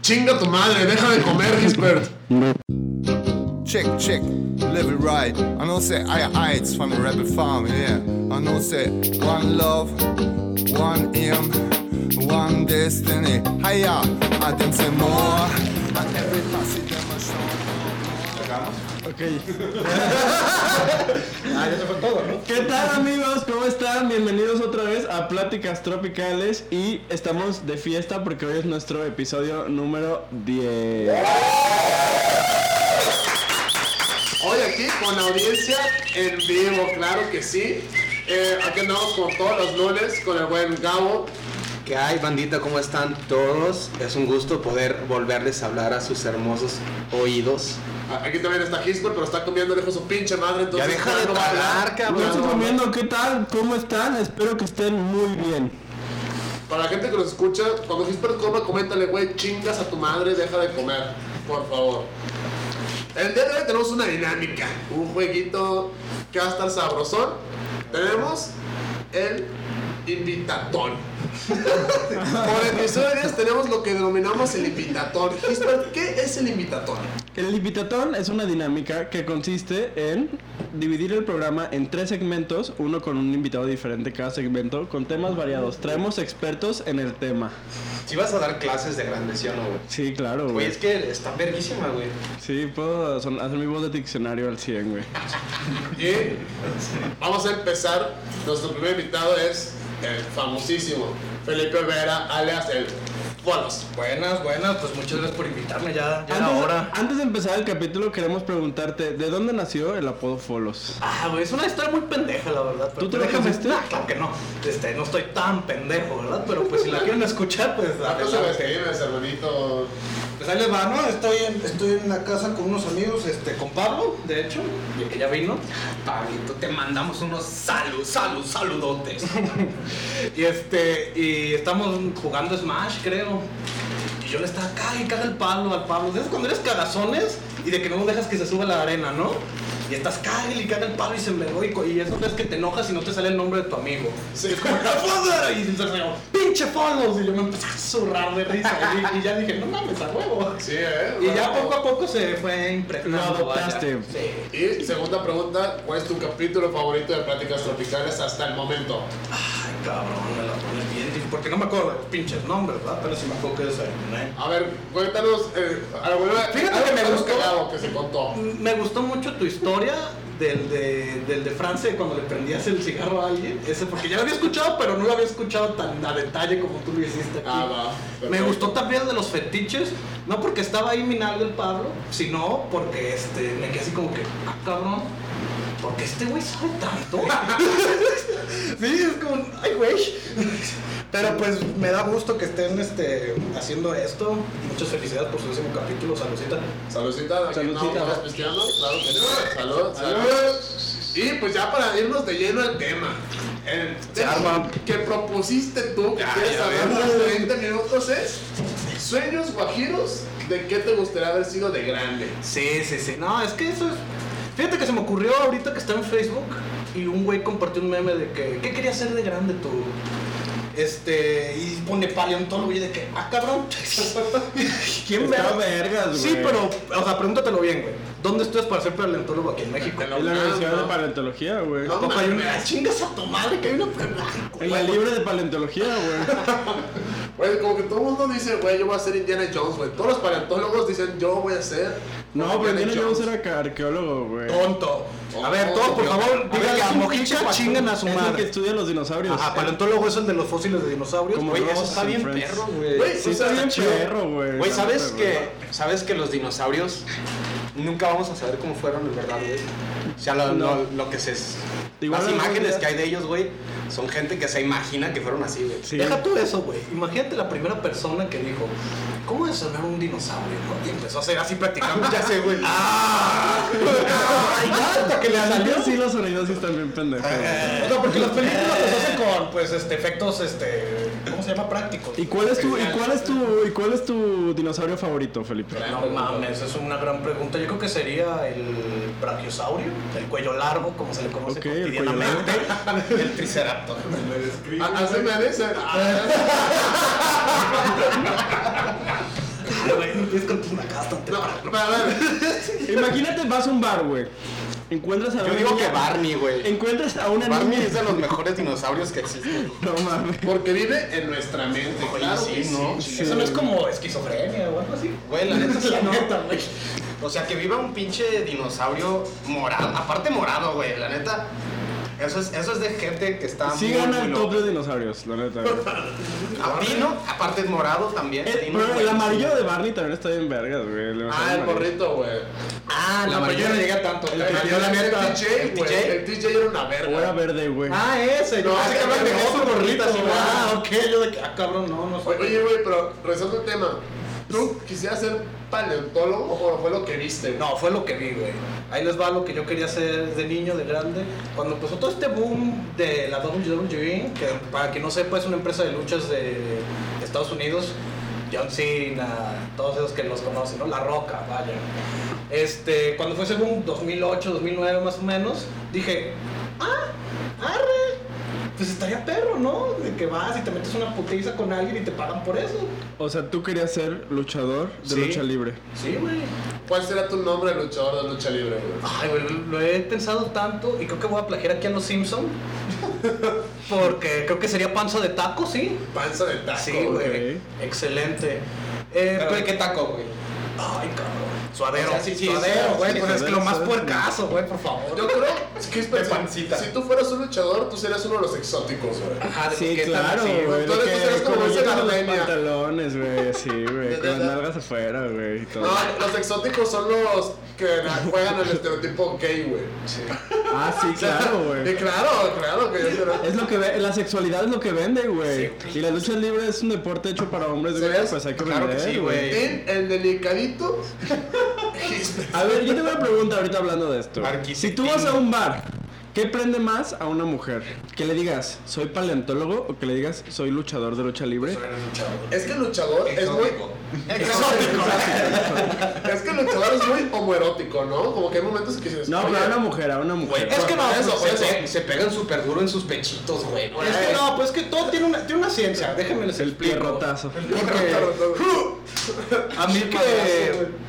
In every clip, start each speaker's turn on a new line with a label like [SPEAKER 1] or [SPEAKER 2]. [SPEAKER 1] Chinga tu madre, deja de comer, Gisbert.
[SPEAKER 2] Check, check, live it right. I know say I heights from the rebel farm, yeah. I know say one love, one aim, one destiny. Hiya, I them say more. And every passage them a show.
[SPEAKER 3] Ok. ¿Qué tal amigos? ¿Cómo están? Bienvenidos otra vez a Pláticas Tropicales y estamos de fiesta porque hoy es nuestro episodio número 10.
[SPEAKER 1] Hoy aquí con la audiencia en vivo, claro que sí. Eh, aquí andamos como todos los lunes con el buen Gabo.
[SPEAKER 4] ¿Qué hay, bandita? ¿Cómo están todos? Es un gusto poder volverles a hablar a sus hermosos oídos.
[SPEAKER 1] A- Aquí también está Gisbert, pero está comiendo lejos su pinche madre. Entonces,
[SPEAKER 4] Ya deja de
[SPEAKER 1] no va a hablar.
[SPEAKER 4] hablar, cabrón.
[SPEAKER 1] No,
[SPEAKER 3] Yo estoy
[SPEAKER 1] no, no.
[SPEAKER 3] comiendo, ¿qué tal? ¿Cómo están? Espero que estén muy bien.
[SPEAKER 1] Para la gente que nos escucha, cuando Gisbert coma, coméntale, güey, chingas a tu madre, deja de comer, por favor. El día de hoy tenemos una dinámica, un jueguito que va a estar sabrosón. Tenemos el invitatón. por el episodio 10 tenemos lo que denominamos el invitatón. Gisbert, ¿qué es el invitatón?
[SPEAKER 3] El invitatón es una dinámica que consiste en dividir el programa en tres segmentos, uno con un invitado diferente cada segmento, con temas variados. Traemos expertos en el tema.
[SPEAKER 4] Si vas a dar clases de grandes, ¿sí o no, güey?
[SPEAKER 3] Sí, claro,
[SPEAKER 4] Güey,
[SPEAKER 3] güey.
[SPEAKER 4] es que está verguísima, güey.
[SPEAKER 3] Sí, puedo son- hacer mi voz de diccionario al 100, güey.
[SPEAKER 1] Y vamos a empezar. Nuestro primer invitado es el famosísimo Felipe Vera, alias el Bolos.
[SPEAKER 5] Buenas, buenas, pues muchas gracias por invitarme, ya, ya era
[SPEAKER 3] Antes-
[SPEAKER 5] hora.
[SPEAKER 3] Antes de empezar el capítulo, queremos preguntarte: ¿de dónde nació el apodo Folos?
[SPEAKER 5] Ah, güey, es una historia muy pendeja, la verdad. pero
[SPEAKER 3] ¿Tú te
[SPEAKER 5] pues
[SPEAKER 3] la
[SPEAKER 5] déjame-
[SPEAKER 3] pusiste?
[SPEAKER 5] Nah, claro que no. Este, no estoy tan pendejo, ¿verdad? Pero pues si la quieren escuchar, pues adelante.
[SPEAKER 1] despedirles, hermanito.
[SPEAKER 5] Pues ahí les va, ¿no? Estoy en, estoy en la casa con unos amigos, este, con Pablo, de hecho, ya que ya vino.
[SPEAKER 4] Pablito, te mandamos unos salud, salud, saludotes.
[SPEAKER 5] Y este, y estamos jugando Smash, creo. Y yo le estaba caga y caga el palo al Pablo. ¿Sabes cuando eres cagazones y de que no dejas que se suba la arena, no? Y estás caga y caga el palo y se me y, co- y eso es que te enojas y no te sale el nombre de tu amigo.
[SPEAKER 1] Sí.
[SPEAKER 5] Y es como, "¡Ah, Pablo!" Y se me pinche Pablo. Y yo me empecé a zurrar de risa. Y, y ya dije, no mames, a huevo.
[SPEAKER 1] Sí, eh.
[SPEAKER 5] Y ya poco a poco se fue impregnando.
[SPEAKER 3] Lo adoptaste.
[SPEAKER 5] vaya. Sí.
[SPEAKER 1] Y segunda pregunta, ¿cuál es tu capítulo favorito de Pláticas Tropicales hasta el momento?
[SPEAKER 5] Ay, cabrón, me la pones bien. difícil, Porque no me acuerdo de los pinches nombres, ¿verdad? Pero sí me acuerdo que desayuné.
[SPEAKER 1] A ver, cuéntanos. eh, a ver,
[SPEAKER 5] Fíjate
[SPEAKER 1] algo
[SPEAKER 5] que me
[SPEAKER 1] algo
[SPEAKER 5] gustó.
[SPEAKER 1] cagado que se contó.
[SPEAKER 5] Me gustó mucho tu historia del de, del de Francia de cuando le prendías el cigarro a alguien. Ese porque ya lo había escuchado, pero no lo había escuchado tan a detalle como tú lo hiciste. aquí.
[SPEAKER 1] Ah, va, perfecto.
[SPEAKER 5] Me gustó también el de los fetiches, no porque estaba ahí minado el Pablo, sino porque este, me quedé así como que, ah, cabrón, ¿por qué este güey sabe tanto? sí, es como, ay, güey. Pero pues me da gusto que estén este, haciendo esto. Muchas felicidades por su décimo capítulo, saludcita.
[SPEAKER 1] Saludcita, aquí
[SPEAKER 3] Saludcita.
[SPEAKER 1] andamos todos pisteando, claro que sí. Salud, salud. Y pues ya para irnos de lleno al tema. El tema
[SPEAKER 5] arma.
[SPEAKER 1] que propusiste tú, que
[SPEAKER 5] Ah,
[SPEAKER 1] quieres
[SPEAKER 5] ya
[SPEAKER 1] saber
[SPEAKER 5] ves.
[SPEAKER 1] los 30 minutos, es sueños guajiros de qué te gustaría haber sido de grande.
[SPEAKER 5] Sí, sí, sí. No, es que eso es. Fíjate que se me ocurrió ahorita que estaba en Facebook y un güey compartió un meme de que, ¿qué querías ser de grande tú? Este, y pone paleontólogo y de que, ah, cabrón. ¿Quién
[SPEAKER 3] Está
[SPEAKER 5] verga?
[SPEAKER 3] vergas, güey.
[SPEAKER 5] Sí, pero, o sea, pregúntatelo bien, güey. ¿Dónde estudias para ser paleontólogo aquí en México?
[SPEAKER 1] En la
[SPEAKER 3] Es la
[SPEAKER 1] No,
[SPEAKER 3] Universidad
[SPEAKER 1] no.
[SPEAKER 3] de Paleontología, güey.
[SPEAKER 1] No.
[SPEAKER 5] Papá, hay una. ¡Ah, chingas a tu madre que hay una.
[SPEAKER 3] En la libre de Paleontología, güey.
[SPEAKER 1] Güey, como que todo el mundo dice, güey, yo voy a ser Indiana Jones, güey. Todos los paleontólogos dicen, yo voy a ser.
[SPEAKER 3] No, pero tiene yo ser acá arqueólogo, güey.
[SPEAKER 5] Tonto. Oh, A ver, todos, por
[SPEAKER 3] ver,
[SPEAKER 5] favor, digan
[SPEAKER 3] ¿qué
[SPEAKER 5] la
[SPEAKER 3] es un pinche
[SPEAKER 5] mojica, chingan a su
[SPEAKER 3] Es el que
[SPEAKER 5] madre.
[SPEAKER 3] estudia los dinosaurios.
[SPEAKER 5] Ah, paleontólogo es el de los fósiles de dinosaurios.
[SPEAKER 3] Como
[SPEAKER 5] Güey, eso
[SPEAKER 3] Ross
[SPEAKER 5] está
[SPEAKER 3] and
[SPEAKER 5] bien
[SPEAKER 3] Friends.
[SPEAKER 5] perro,
[SPEAKER 1] Güey,
[SPEAKER 5] güey.
[SPEAKER 3] Sí,
[SPEAKER 1] o sea,
[SPEAKER 3] está bien
[SPEAKER 1] chido.
[SPEAKER 3] perro, güey.
[SPEAKER 4] Güey,
[SPEAKER 3] la
[SPEAKER 4] ¿sabes
[SPEAKER 3] neta,
[SPEAKER 4] que, ¿sabes que los dinosaurios nunca vamos a saber cómo fueron en verdad, güey? O sea, lo,
[SPEAKER 3] No.
[SPEAKER 4] lo- lo que se...
[SPEAKER 3] Igual
[SPEAKER 4] las
[SPEAKER 3] algún
[SPEAKER 4] imágenes
[SPEAKER 3] día-
[SPEAKER 4] que hay de ellos, güey, son gente que se imagina que fueron así, güey.
[SPEAKER 3] Sí.
[SPEAKER 5] Deja tú eso, güey. Imagínate la primera persona que dijo, ¿cómo es sonar un dinosaurio? no?" Y empezó a hacer así practicando. ya sé, güey. ¡Ah! Ay, ya, hasta que le
[SPEAKER 3] La
[SPEAKER 5] salió.
[SPEAKER 3] neta sí, los sonidos sí están bien pendejos. güey.
[SPEAKER 5] O sea, porque las películas las hacen con, pues, este, efectos, este, ¿cómo se llama? Prácticos.
[SPEAKER 3] ¿Y cuál es tu, y cuál es tu, y cuál es tu dinosaurio favorito, Felipe?
[SPEAKER 5] No mames, es una gran pregunta. Yo creo que sería el brachiosaurio, el cuello largo, como se le conoce
[SPEAKER 3] Ok, el cuello
[SPEAKER 5] cotidianamente. el triceratops.
[SPEAKER 1] Ah, Haceme a ese.
[SPEAKER 5] Ay, Ah, güey, tienes con tus nacas tan
[SPEAKER 1] No,
[SPEAKER 5] temprano.
[SPEAKER 1] pero a ver.
[SPEAKER 3] Imagínate, vas a un bar, güey. Encuentras a
[SPEAKER 4] Yo
[SPEAKER 3] una
[SPEAKER 4] digo
[SPEAKER 3] niña-
[SPEAKER 4] que Barney, güey.
[SPEAKER 3] Encuentras a una
[SPEAKER 4] Barney
[SPEAKER 3] niña.
[SPEAKER 4] es de los mejores dinosaurios que existen.
[SPEAKER 3] No mames.
[SPEAKER 1] Porque vive en nuestra mente, claro
[SPEAKER 4] sí,
[SPEAKER 1] que sí,
[SPEAKER 4] ¿no?
[SPEAKER 1] chinga.
[SPEAKER 5] Eso no es como esquizofrenia o algo así.
[SPEAKER 4] Güey, la neta sí,
[SPEAKER 5] La
[SPEAKER 4] ¿no?
[SPEAKER 5] neta, güey.
[SPEAKER 4] O sea, que viva un pinche dinosaurio morado. Aparte morado, güey. La neta, eso es, eso es de gente que está
[SPEAKER 3] Sí
[SPEAKER 4] muy,
[SPEAKER 3] gana
[SPEAKER 4] muy
[SPEAKER 3] el top
[SPEAKER 4] loca.
[SPEAKER 3] de dinosaurios, la neta. güey.
[SPEAKER 4] A Dino, aparte es morado también.
[SPEAKER 3] El,
[SPEAKER 4] Dino,
[SPEAKER 3] Eh, pero
[SPEAKER 4] güey.
[SPEAKER 3] el amarillo de Barney también está bien vergas, güey. El
[SPEAKER 1] Ah, el
[SPEAKER 3] amarillo.
[SPEAKER 1] morrito, güey.
[SPEAKER 4] Ah,
[SPEAKER 5] No, pero yo no llegué a tanto.
[SPEAKER 1] El,
[SPEAKER 4] que tiró la neta.
[SPEAKER 1] TJ,
[SPEAKER 4] ¿El
[SPEAKER 1] güey.
[SPEAKER 4] TJ?
[SPEAKER 1] El TJ era una
[SPEAKER 3] O era
[SPEAKER 1] verga.
[SPEAKER 3] verde, güey.
[SPEAKER 5] Ah, ese.
[SPEAKER 1] No,
[SPEAKER 5] yo pensé
[SPEAKER 1] ese
[SPEAKER 5] que hablan de
[SPEAKER 1] cabrón,
[SPEAKER 5] otro
[SPEAKER 1] otro
[SPEAKER 5] gorrito.
[SPEAKER 1] gorrito, sí,
[SPEAKER 5] Ah,
[SPEAKER 1] güey.
[SPEAKER 5] ok. Yo de que, ah, cabrón, no, no soy.
[SPEAKER 1] Oye, güey, pero regresando al tema. ¿Tú quisieras ser paleontólogo o fue lo que viste? güey?
[SPEAKER 5] No, fue lo que vi, güey. Ahí les va lo que yo quería hacer de niño, de grande. Cuando empezó todo este boom de la WWE, que para quien no sepa es una empresa de luchas de Estados Unidos, John Cena, todos esos que los conocen, ¿no? La Roca, vaya. Este, cuando fue ese boom, 2008, 2009 más o menos, dije, ah, arre, pues estaría perro, ¿no? De que vas y te metes una putiza con alguien y te pagan por eso.
[SPEAKER 3] O sea, tú querías ser luchador de
[SPEAKER 5] Sí.
[SPEAKER 3] lucha libre.
[SPEAKER 5] Sí, güey.
[SPEAKER 1] ¿Cuál será tu nombre de luchador de lucha libre, güey?
[SPEAKER 5] Ay, güey, lo he pensado tanto y creo que voy a plagiar aquí a los Simpson. Porque creo que sería panza de taco, sí.
[SPEAKER 1] Panza de taco.
[SPEAKER 5] Sí, güey. Excelente. Eh,
[SPEAKER 4] Pero,
[SPEAKER 5] pues-
[SPEAKER 4] ¿de ¿Qué taco, güey?
[SPEAKER 5] Ay, cabrón. Suadero.
[SPEAKER 4] O sea, sí, sí,
[SPEAKER 5] suadero,
[SPEAKER 4] sí,
[SPEAKER 5] güey.
[SPEAKER 4] sí,
[SPEAKER 5] pues es que
[SPEAKER 3] suadero,
[SPEAKER 5] lo más
[SPEAKER 3] suadero.
[SPEAKER 5] puercazo, güey, por favor.
[SPEAKER 1] Yo creo es que es
[SPEAKER 4] De
[SPEAKER 1] si-
[SPEAKER 4] pancita.
[SPEAKER 1] Si tú fueras un luchador, tú serías uno de los exóticos, güey.
[SPEAKER 5] Ajá, de
[SPEAKER 3] Sí,
[SPEAKER 5] Ah, que están
[SPEAKER 3] claro,
[SPEAKER 5] así,
[SPEAKER 3] güey.
[SPEAKER 1] Tú
[SPEAKER 3] de
[SPEAKER 1] eres- tú eres
[SPEAKER 3] que
[SPEAKER 1] como
[SPEAKER 3] como
[SPEAKER 1] ese
[SPEAKER 3] llegan los
[SPEAKER 1] Carlenia.
[SPEAKER 3] pantalones, güey, así, güey. Con las nalgas afuera, güey, y todo.
[SPEAKER 1] No, los exóticos son los que juegan el estereotipo gay, güey.
[SPEAKER 3] Ah, sí, claro,
[SPEAKER 1] Y
[SPEAKER 3] güey.
[SPEAKER 1] claro, claro que yo será.
[SPEAKER 3] Es lo que ve, la sexualidad es lo que vende, güey. y la lucha libre es un deporte hecho para hombres, güey.
[SPEAKER 1] ¿Sabías?
[SPEAKER 3] Pues hay que
[SPEAKER 4] Claro que
[SPEAKER 3] vender,
[SPEAKER 4] sí,
[SPEAKER 3] güey.
[SPEAKER 4] güey.
[SPEAKER 1] Tin, el delicadito.
[SPEAKER 3] A ver, yo tengo una pregunta ahorita hablando de esto.
[SPEAKER 4] Marquisitín.
[SPEAKER 3] Si tú vas a un bar, ¿qué prende más a una mujer? Que le digas, soy paleontólogo o que le digas, soy luchador de lucha libre.
[SPEAKER 1] Es que el luchador es muy.
[SPEAKER 4] Exótico.
[SPEAKER 1] Exótico. es que el luchador es muy homoerótico, ¿no? Como que hay momentos que se
[SPEAKER 3] No, pero a una mujer, a una mujer.
[SPEAKER 4] Es que no,
[SPEAKER 1] Por eso, por
[SPEAKER 4] se,
[SPEAKER 1] eso.
[SPEAKER 4] pe- se pegan súper duro en sus pechitos, güey.
[SPEAKER 5] Es que no, pues es que todo tiene una, tiene una ciencia. Déjenme les
[SPEAKER 3] El
[SPEAKER 5] explico.
[SPEAKER 3] pierrotazo.
[SPEAKER 5] A mí que.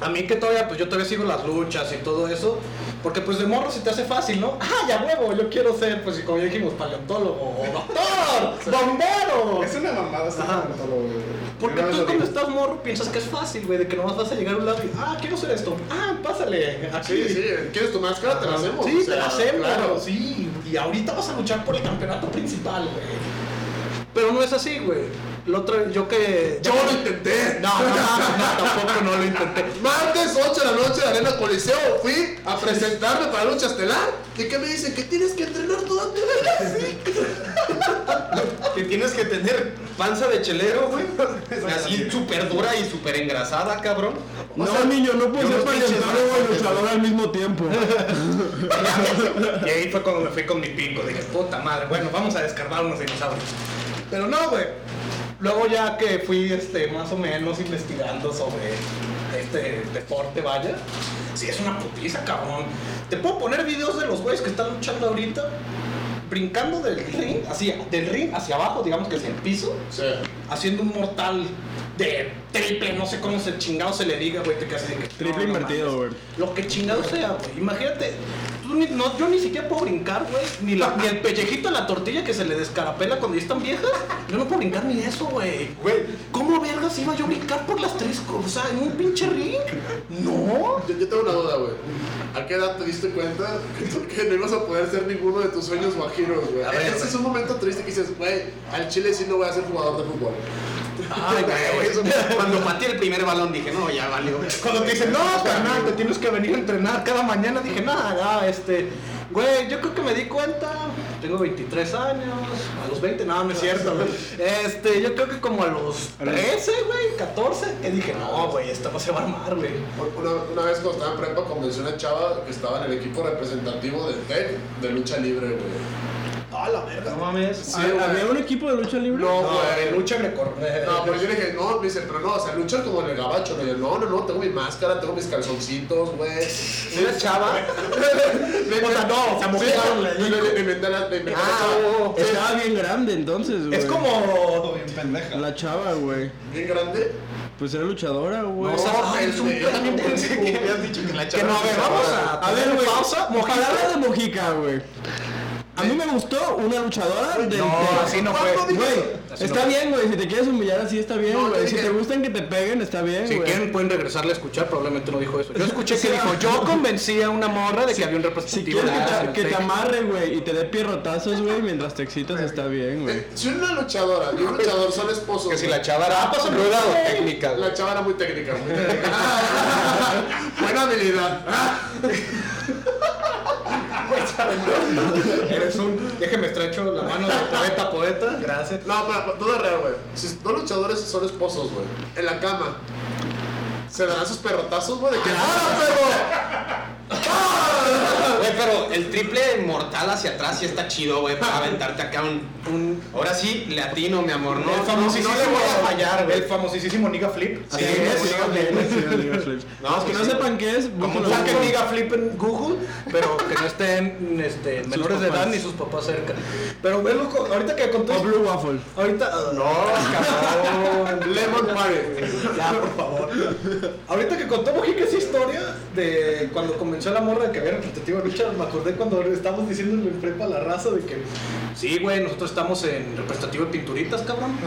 [SPEAKER 5] A mí que todavía, pues yo todavía sigo las luchas y todo eso. Porque pues de morro se te hace fácil, ¿no? Ah, ya huevo, yo quiero ser, pues como ya dijimos, paleontólogo, o doctor, bombero.
[SPEAKER 4] Es una mamada ese paleontólogo, güey.
[SPEAKER 5] Porque
[SPEAKER 4] Yo no
[SPEAKER 5] tú
[SPEAKER 4] lo
[SPEAKER 5] cuando
[SPEAKER 4] digo.
[SPEAKER 5] estás morro piensas que es fácil, güey, de que nomás vas a llegar a un lado y, ah, quiero ser esto. Ah, pásale. Aquí.
[SPEAKER 1] Sí, sí. ¿Quieres tu máscara? Te la hacemos.
[SPEAKER 5] Sí,
[SPEAKER 1] o sea,
[SPEAKER 5] te la hacemos,
[SPEAKER 1] Claro.
[SPEAKER 5] sí. Y ahorita vas a luchar por el campeonato principal, güey. Pero no es así, güey. La otra, yo que.
[SPEAKER 1] Yo lo intenté.
[SPEAKER 5] No, no, no, no, tampoco no lo intenté.
[SPEAKER 1] Martes 8 de la noche en la Arena Coliseo fui a presentarme para Lucha Estelar. ¿Y qué me dicen? Que tienes que entrenar toda tu vida.
[SPEAKER 4] Que tienes que tener panza de chelero, güey. Así súper dura y súper engrasada, cabrón.
[SPEAKER 3] No, niño, no
[SPEAKER 4] yo
[SPEAKER 3] puedo ser
[SPEAKER 4] no pinches
[SPEAKER 3] paleontólogo
[SPEAKER 4] nada,
[SPEAKER 3] y luchador al mismo tiempo.
[SPEAKER 5] Y ahí fue cuando me fui con mi pico. Dije, puta madre, bueno, vamos a descargar unos dinosaurios. Pero no, güey. Luego ya que fui este, más o menos investigando sobre este deporte, vaya. Sí, es una putiza, cabrón. Te puedo poner videos de los güeyes que están luchando ahorita. Brincando del ring, así, del ring hacia abajo, digamos que hacia el piso,
[SPEAKER 1] Sí.
[SPEAKER 5] haciendo un mortal de triple, no sé cómo se chingado se le diga, güey, te quedas así de que.
[SPEAKER 3] Triple
[SPEAKER 5] no, no
[SPEAKER 3] invertido,
[SPEAKER 5] mames
[SPEAKER 3] güey.
[SPEAKER 5] lo que chingado sea, güey. Imagínate, tú ni- no, yo ni siquiera puedo brincar, güey. Ni, la- ni el pellejito de la tortilla que se le descarapela cuando ya están viejas. Yo no puedo brincar ni eso, güey.
[SPEAKER 4] Güey,
[SPEAKER 5] ¿Cómo vergas iba yo a brincar por las tres cosas en un pinche ring? No.
[SPEAKER 1] Yo, yo tengo una duda, güey. ¿A qué edad te diste cuenta que tú- que no ibas a poder ser ninguno de tus sueños guajiros, güey?
[SPEAKER 5] A ver,
[SPEAKER 1] Ese
[SPEAKER 5] güey.
[SPEAKER 1] es un momento triste que dices, güey, al chile sí no voy a ser jugador de fútbol.
[SPEAKER 5] Ay, güey.
[SPEAKER 1] Eso-
[SPEAKER 4] Cuando pateé el primer balón dije, no, ya valió.
[SPEAKER 5] Cuando te dicen, no, carnal, te tienes que venir a entrenar cada mañana, dije, nada, nada, este, güey, yo creo que me di cuenta, tengo 23 años, a los 20, no, no es cierto, güey. Este, yo creo que como a los 13, güey, 14, que dije, no, güey, esta no se va a armar, güey.
[SPEAKER 1] Una, una vez cuando estaba en prepa convenció una chava que estaba en el equipo representativo del TEC de lucha libre, güey.
[SPEAKER 5] A la verga. No mames.
[SPEAKER 1] Sí,
[SPEAKER 3] ¿Hab-
[SPEAKER 1] güey.
[SPEAKER 3] ¿Había un equipo de lucha libre?
[SPEAKER 1] No,
[SPEAKER 5] No, güey,
[SPEAKER 1] güey.
[SPEAKER 5] lucha grecorromana.
[SPEAKER 1] No, pero yo le dije, no, me dice, pero no, o sea, lucha como en el gabacho, ¿no? Y yo, no, no, no, tengo mi máscara, tengo mis calzoncitos, güey.
[SPEAKER 5] Una chava. O sea, no, o sea,
[SPEAKER 1] Sí,
[SPEAKER 5] mujer,
[SPEAKER 1] me-
[SPEAKER 5] le digo.
[SPEAKER 1] me- me inventé la- me inventé la
[SPEAKER 5] Ah,
[SPEAKER 1] chava.
[SPEAKER 5] oh,
[SPEAKER 3] Estaba bien grande entonces, güey.
[SPEAKER 5] Es como
[SPEAKER 6] pendeja.
[SPEAKER 3] La chava, güey.
[SPEAKER 1] Bien grande.
[SPEAKER 3] Pues era luchadora, güey.
[SPEAKER 1] No, pendejo.
[SPEAKER 4] Yo también pensé que habías dicho que la chava.
[SPEAKER 5] no, a ver,
[SPEAKER 4] estaba-
[SPEAKER 5] vamos a-
[SPEAKER 3] a ver, güey. Palabra de Mojica, güey. A mí me gustó una luchadora del.
[SPEAKER 5] No,
[SPEAKER 3] del-
[SPEAKER 5] así no fue.
[SPEAKER 3] Güey,
[SPEAKER 5] Así no
[SPEAKER 3] está
[SPEAKER 5] fue.
[SPEAKER 3] bien, güey. Si te quieres humillar así, está bien,
[SPEAKER 1] No, yo
[SPEAKER 3] güey. Si
[SPEAKER 1] dije-
[SPEAKER 3] te gustan que te peguen, está bien,
[SPEAKER 5] Si
[SPEAKER 3] güey.
[SPEAKER 5] quieren pueden regresarle a escuchar, probablemente no dijo eso. Yo escuché que
[SPEAKER 3] Sí.
[SPEAKER 5] dijo, yo convencí a una morra de que había un
[SPEAKER 3] Si
[SPEAKER 5] representativo.
[SPEAKER 3] quieres que
[SPEAKER 5] nacional".
[SPEAKER 3] te, que te amarre, güey, y te dé pierrotazos, güey, mientras te excitas, está bien, güey.
[SPEAKER 1] Eh, Si una luchadora y un luchador son esposos.
[SPEAKER 6] Que si
[SPEAKER 1] güey.
[SPEAKER 6] la chava
[SPEAKER 4] Ah,
[SPEAKER 6] era ruda o técnica, güey.
[SPEAKER 1] La chava era muy técnica. muy técnica. Buena habilidad.
[SPEAKER 6] Eres un. Déjeme estrecho la mano de poeta, poeta.
[SPEAKER 4] Gracias.
[SPEAKER 1] No, pero pero todo es real, güey. Si dos luchadores son esposos, güey, en la cama, se darán sus perrotazos, güey, de que ¡Ah, perro!
[SPEAKER 6] Güey, pero
[SPEAKER 4] El triple mortal hacia atrás sí está chido, güey, para aventarte acá un, un- Ahora sí, latino, mi amor, no,
[SPEAKER 6] el
[SPEAKER 4] no, no le
[SPEAKER 6] famosísimo.
[SPEAKER 4] voy a fallar,
[SPEAKER 6] El
[SPEAKER 4] güey.
[SPEAKER 6] famosísimo Niga Flip.
[SPEAKER 3] Sí, sí, sí, sí, sí, sí.
[SPEAKER 4] No,
[SPEAKER 3] Los que
[SPEAKER 4] pues
[SPEAKER 3] no
[SPEAKER 4] sí.
[SPEAKER 3] sepan qué es,
[SPEAKER 5] Como
[SPEAKER 3] búsquenlo
[SPEAKER 5] un que
[SPEAKER 3] en
[SPEAKER 5] diga flip en Google, pero que no estén este, menores de
[SPEAKER 3] papás.
[SPEAKER 5] edad ni sus papás cerca. Pero ve loco, ahorita que contó.
[SPEAKER 3] Google. O Blue Waffle.
[SPEAKER 5] Ahorita.
[SPEAKER 4] No, cabrón.
[SPEAKER 1] Lemon Party.
[SPEAKER 5] Ya, por favor. Ahorita que contó Mojica esa historia de cuando comenzó la morra de que había representativa lucha, me acordé cuando estábamos diciéndole en prepa a la raza de que. Sí, güey, nosotros estamos en representativo de pinturitas, cabrón.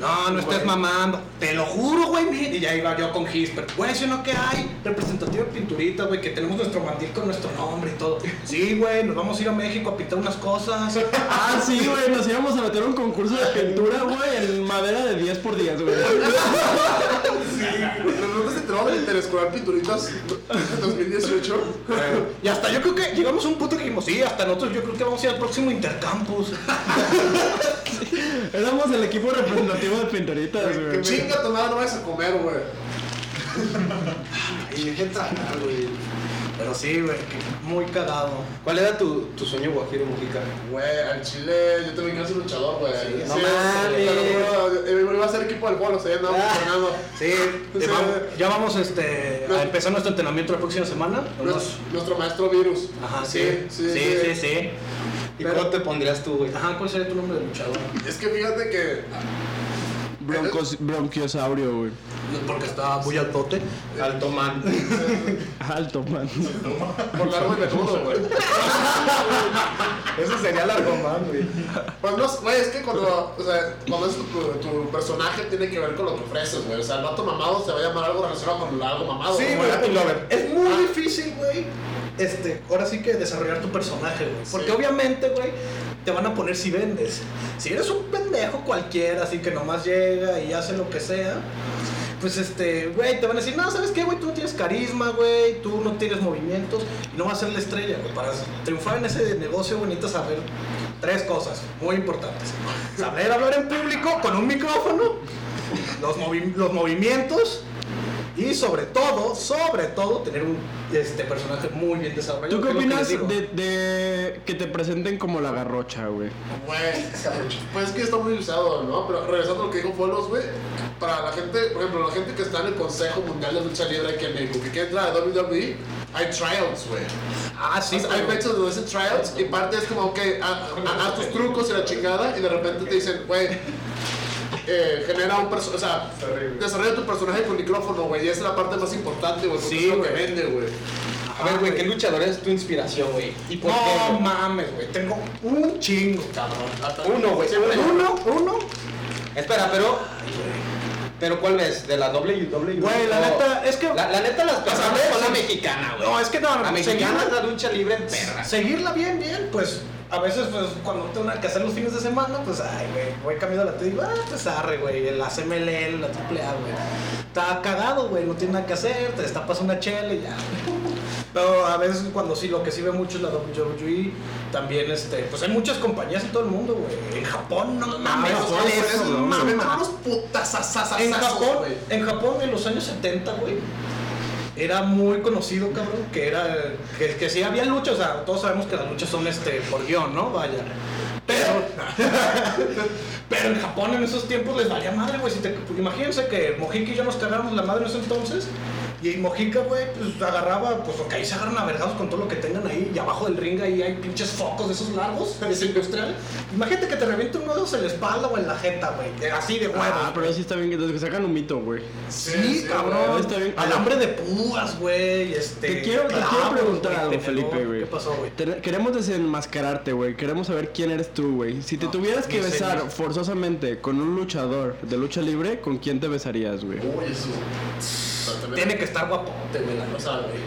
[SPEAKER 5] No, no estés mamando. Te lo juro, güey. mira. Y ya iba yo con Gisper. Güey, si no que hay representativo de pinturita, güey, que tenemos nuestro mandil con nuestro nombre y todo. Sí, güey, nos vamos a ir a México a pintar unas cosas.
[SPEAKER 3] Ah, sí, güey, nos íbamos a meter a un concurso de pintura, güey, en madera de 10 por 10, güey.
[SPEAKER 1] ¿Nosotros entramos en interescolar pinturitas en 2018?
[SPEAKER 5] Y hasta yo creo que llegamos a un punto que dijimos, sí, hasta nosotros yo creo que vamos a ir al próximo intercampus.
[SPEAKER 3] Éramos el equipo representativo de pinturitas, güey.
[SPEAKER 1] Chinga tu madre, no vayas a comer, güey.
[SPEAKER 4] Y dejé tragar, güey. Pero sí, güey, que muy cagado.
[SPEAKER 6] ¿Cuál era tu, tu sueño guajiro Mujica?
[SPEAKER 1] Güey, al chile, yo también quiero ser luchador, güey. Sí,
[SPEAKER 6] no
[SPEAKER 1] pero, güey, Iba a ser equipo del polo, se ya andábamos entrenando.
[SPEAKER 5] Sí,
[SPEAKER 1] Sí.
[SPEAKER 5] ya vamos- ya vamos este, a empezar nuestro entrenamiento la próxima semana. ¿o no?
[SPEAKER 1] Nuestro, nuestro maestro virus.
[SPEAKER 5] Ajá, sí. Sí, sí, sí.
[SPEAKER 6] ¿Y
[SPEAKER 5] Pero-
[SPEAKER 6] cómo te pondrías tú, güey?
[SPEAKER 5] Ajá, ¿cuál sería tu nombre de luchador?
[SPEAKER 1] Es que fíjate que
[SPEAKER 3] Broncos, bronquiosaurio, güey.
[SPEAKER 5] Porque está muy altote.
[SPEAKER 6] Alto man.
[SPEAKER 3] Alto, man.
[SPEAKER 1] por largo y menudo, güey.
[SPEAKER 6] Eso sería largo man, güey.
[SPEAKER 1] Pues no, güey, es que cuando, o sea, cuando es tu, tu personaje tiene que ver con lo que ofreces, güey. O sea, el vato mamado se va a llamar algo relacionado con algo mamado.
[SPEAKER 5] Sí,
[SPEAKER 1] güey.
[SPEAKER 5] güey.
[SPEAKER 6] Latin Lover.
[SPEAKER 5] Es muy
[SPEAKER 3] Ah,
[SPEAKER 5] difícil, güey. Este, ahora sí que desarrollar tu personaje, güey. Porque
[SPEAKER 1] Sí.
[SPEAKER 5] obviamente, güey, te van a poner si vendes. Si eres un pendejo cualquiera, así que nomás llega y hace lo que sea, pues este, güey, te van a decir, no, ¿sabes qué, güey? Tú no tienes carisma, güey, tú no tienes movimientos y no vas a ser la estrella, güey. Para triunfar en ese negocio, güey, necesitas saber tres cosas muy importantes: saber hablar en público con un micrófono, los, movi- los movimientos. Y sobre todo, sobre todo, tener un este personaje muy bien desarrollado.
[SPEAKER 3] ¿Tú qué
[SPEAKER 5] que es lo que
[SPEAKER 3] opinas
[SPEAKER 5] les digo.
[SPEAKER 3] de, de que te presenten como la garrocha, güey?
[SPEAKER 1] Güey, pues es que está muy usado, ¿no? Pero regresando a lo que dijo Polos, güey, para la gente, por ejemplo, la gente que está en el Consejo Mundial de Lucha Libre aquí en México, que quiere entrar a WWE, hay trials, güey.
[SPEAKER 5] Ah, sí,
[SPEAKER 1] O sea, hay
[SPEAKER 5] pero-
[SPEAKER 1] fechas donde hacen trials y parte es como, ok, haz- haz tus trucos y la chingada, y de repente te dicen, güey, eh, genera un personaje, o sea, desarrolla tu personaje con micrófono, güey, y esa es la parte más importante, güey, porque
[SPEAKER 5] Sí,
[SPEAKER 1] es lo que
[SPEAKER 5] güey.
[SPEAKER 1] vende, güey.
[SPEAKER 6] A ver,
[SPEAKER 7] Ah,
[SPEAKER 6] güey, ¿qué luchador es tu inspiración, güey? ¿Y por qué?
[SPEAKER 5] no
[SPEAKER 6] güey?
[SPEAKER 5] mames, güey. Tengo un chingo, cabrón.
[SPEAKER 6] Uno, güey.
[SPEAKER 5] Uno, uno.
[SPEAKER 6] Espera, pero. ¿Pero cuál ves? ¿De la WWE?
[SPEAKER 5] Güey, la
[SPEAKER 6] O-
[SPEAKER 5] neta, es que-
[SPEAKER 6] La, la neta, las
[SPEAKER 7] Pues,
[SPEAKER 6] personas
[SPEAKER 5] ¿ves?
[SPEAKER 6] son la mexicana, güey.
[SPEAKER 5] No, es que no,
[SPEAKER 6] La
[SPEAKER 5] no,
[SPEAKER 6] mexicana
[SPEAKER 5] seguimos.
[SPEAKER 6] es la lucha libre en perra.
[SPEAKER 5] Seguirla bien, bien, pues. A veces, pues, cuando tengo nada que hacer los fines de semana, pues, ay, güey, voy cambiando la tele y digo, ah, pues, arre, güey, la CMLL, la AAA, güey. Está cagado, güey, no tiene nada que hacer, te destapas una chela y ya, güey. Pero a veces cuando sí, lo que sí ve mucho es la WWE, también, este, pues, hay muchas compañías en todo el mundo, güey. En Japón, Ah, no mames,
[SPEAKER 1] Pero,
[SPEAKER 5] sale
[SPEAKER 1] güey,
[SPEAKER 5] eso,
[SPEAKER 1] es-
[SPEAKER 5] no
[SPEAKER 1] mames,
[SPEAKER 5] mames.
[SPEAKER 1] unos putazazazazazos,
[SPEAKER 5] En Japón,
[SPEAKER 1] güey.
[SPEAKER 5] en Japón en los años 70, güey. Era muy conocido, cabrón, que era que, que sí había luchas, o sea, todos sabemos que las luchas son este por guión, ¿no? Vaya. Pero pero en pues, Japón en esos tiempos les valía madre, güey, si te- imagínense que Mojica y yo nos cagáramos la madre en ese entonces. Y Mojica, güey, pues agarraba, pues porque ahí se agarran a vergados con todo lo que tengan ahí. Y abajo del ring ahí hay pinches focos de esos largos, de ese industrial. Imagínate que te revienta uno de esos en la espalda o en la jeta, güey. de- Así de huevos.
[SPEAKER 3] Ah, pero sí está bien que los que sacan un mito, güey.
[SPEAKER 5] Sí,
[SPEAKER 1] Sí, sí,
[SPEAKER 5] cabrón.
[SPEAKER 3] güey, está bien.
[SPEAKER 5] Alambre de púas, güey. Este,
[SPEAKER 3] Te quiero, te
[SPEAKER 5] clavos,
[SPEAKER 3] quiero preguntar
[SPEAKER 5] güey,
[SPEAKER 3] algo,
[SPEAKER 5] tenedor.
[SPEAKER 3] Felipe, güey.
[SPEAKER 5] ¿Qué pasó, güey?
[SPEAKER 3] Te- Queremos desenmascararte, güey. Queremos saber quién eres tú, güey. Si te tuvieras que
[SPEAKER 5] no sé,
[SPEAKER 3] besar
[SPEAKER 5] no.
[SPEAKER 3] forzosamente con un luchador de lucha libre, ¿con quién te besarías, güey?
[SPEAKER 1] Uy, eso.
[SPEAKER 5] Tiene que estar guapote, güey, la
[SPEAKER 1] O
[SPEAKER 5] cosa.
[SPEAKER 1] sea, güey,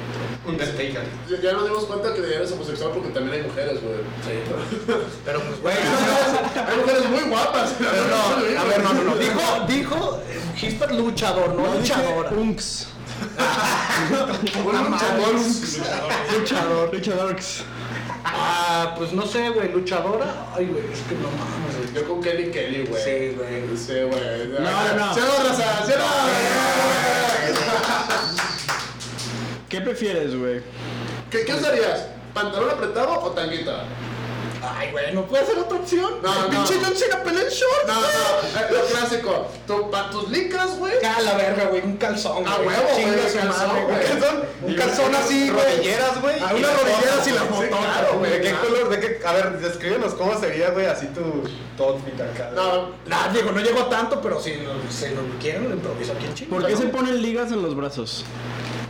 [SPEAKER 7] Undertaker.
[SPEAKER 1] ya- ya nos dimos cuenta que eres homosexual porque también hay mujeres, güey.
[SPEAKER 5] Pero pues, güey.
[SPEAKER 1] Hay mujeres muy guapas.
[SPEAKER 5] Pero no, a ver, no, no, no. Dijo, dijo, Hisper luchador, no,
[SPEAKER 3] No, dije
[SPEAKER 5] luchadora.
[SPEAKER 3] Unks.
[SPEAKER 1] Un luchador.
[SPEAKER 3] Luchador. Luchadorks.
[SPEAKER 5] Ah, pues no sé, güey, luchadora. Ay, güey, es que no mames. güey.
[SPEAKER 1] Yo con Kelly Kelly, güey.
[SPEAKER 5] Sí, güey.
[SPEAKER 1] Sí, güey.
[SPEAKER 3] No, no.
[SPEAKER 1] Cero raza, cero.
[SPEAKER 3] ¿Qué prefieres, güey?
[SPEAKER 1] ¿Qué, ¿Qué usarías? ¿Pantalón apretado o tanguita?
[SPEAKER 5] Ay, güey, no puede ser otra opción.
[SPEAKER 1] No, no.
[SPEAKER 5] Pinche John Cena pelea en short.
[SPEAKER 1] No, no, eh, lo clásico. Tu, pa, tus licras, güey.
[SPEAKER 5] Ah, la verga, güey, un calzón.
[SPEAKER 1] A
[SPEAKER 5] Ah, güey.
[SPEAKER 1] huevo, güey,
[SPEAKER 5] Chinga su
[SPEAKER 1] calzón,
[SPEAKER 5] madre,
[SPEAKER 1] güey.
[SPEAKER 5] güey. Un calzón, un calzón así, güey.
[SPEAKER 7] Rodilleras, güey.
[SPEAKER 5] Ah,
[SPEAKER 7] y
[SPEAKER 5] una
[SPEAKER 7] la
[SPEAKER 5] rodillera
[SPEAKER 7] foto,
[SPEAKER 5] sin la
[SPEAKER 7] güey.
[SPEAKER 5] foto,
[SPEAKER 7] Sí, claro,
[SPEAKER 5] claro,
[SPEAKER 7] güey. ¿De qué
[SPEAKER 1] claro.
[SPEAKER 7] color? ¿De qué? A ver, descríbenos cómo sería, güey, así tu tu outfit acá.
[SPEAKER 1] No,
[SPEAKER 5] Nah, Ah, digo, no llegó tanto, pero si lo- se lo quieren, lo improviso aquí en chinga.
[SPEAKER 3] ¿Por qué se ponen ligas en los brazos?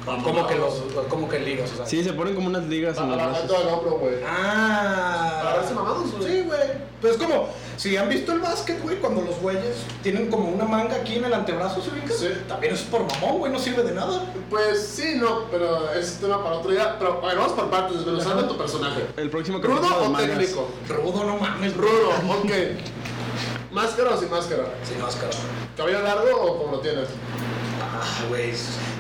[SPEAKER 5] Como que los, como que ligas, o sea.
[SPEAKER 3] Sí, se ponen como unas ligas en los
[SPEAKER 1] abajando
[SPEAKER 3] brazos.
[SPEAKER 1] al hombro, güey.
[SPEAKER 5] Ah.
[SPEAKER 1] Para darse mamados, güey.
[SPEAKER 5] Sí, güey. Pues es como, si han visto el básquet, güey, cuando los güeyes tienen como una manga aquí en el antebrazo, ¿se ubica?
[SPEAKER 1] Sí.
[SPEAKER 5] También es por mamón, güey, no sirve de nada.
[SPEAKER 1] Pues sí, no, pero ese es tema para otro día. Pero a ver, vamos por partes, desmenuzando tu personaje.
[SPEAKER 3] El próximo capítulo
[SPEAKER 1] ¿Rudo
[SPEAKER 3] de
[SPEAKER 1] o
[SPEAKER 3] mangas.
[SPEAKER 1] técnico?
[SPEAKER 5] Rudo, no mames, rudo.
[SPEAKER 1] Rudo, ok. ¿Máscara o sin máscara?
[SPEAKER 5] Sin máscara.
[SPEAKER 1] ¿Cabello largo o como lo tienes?
[SPEAKER 5] Ah, güey.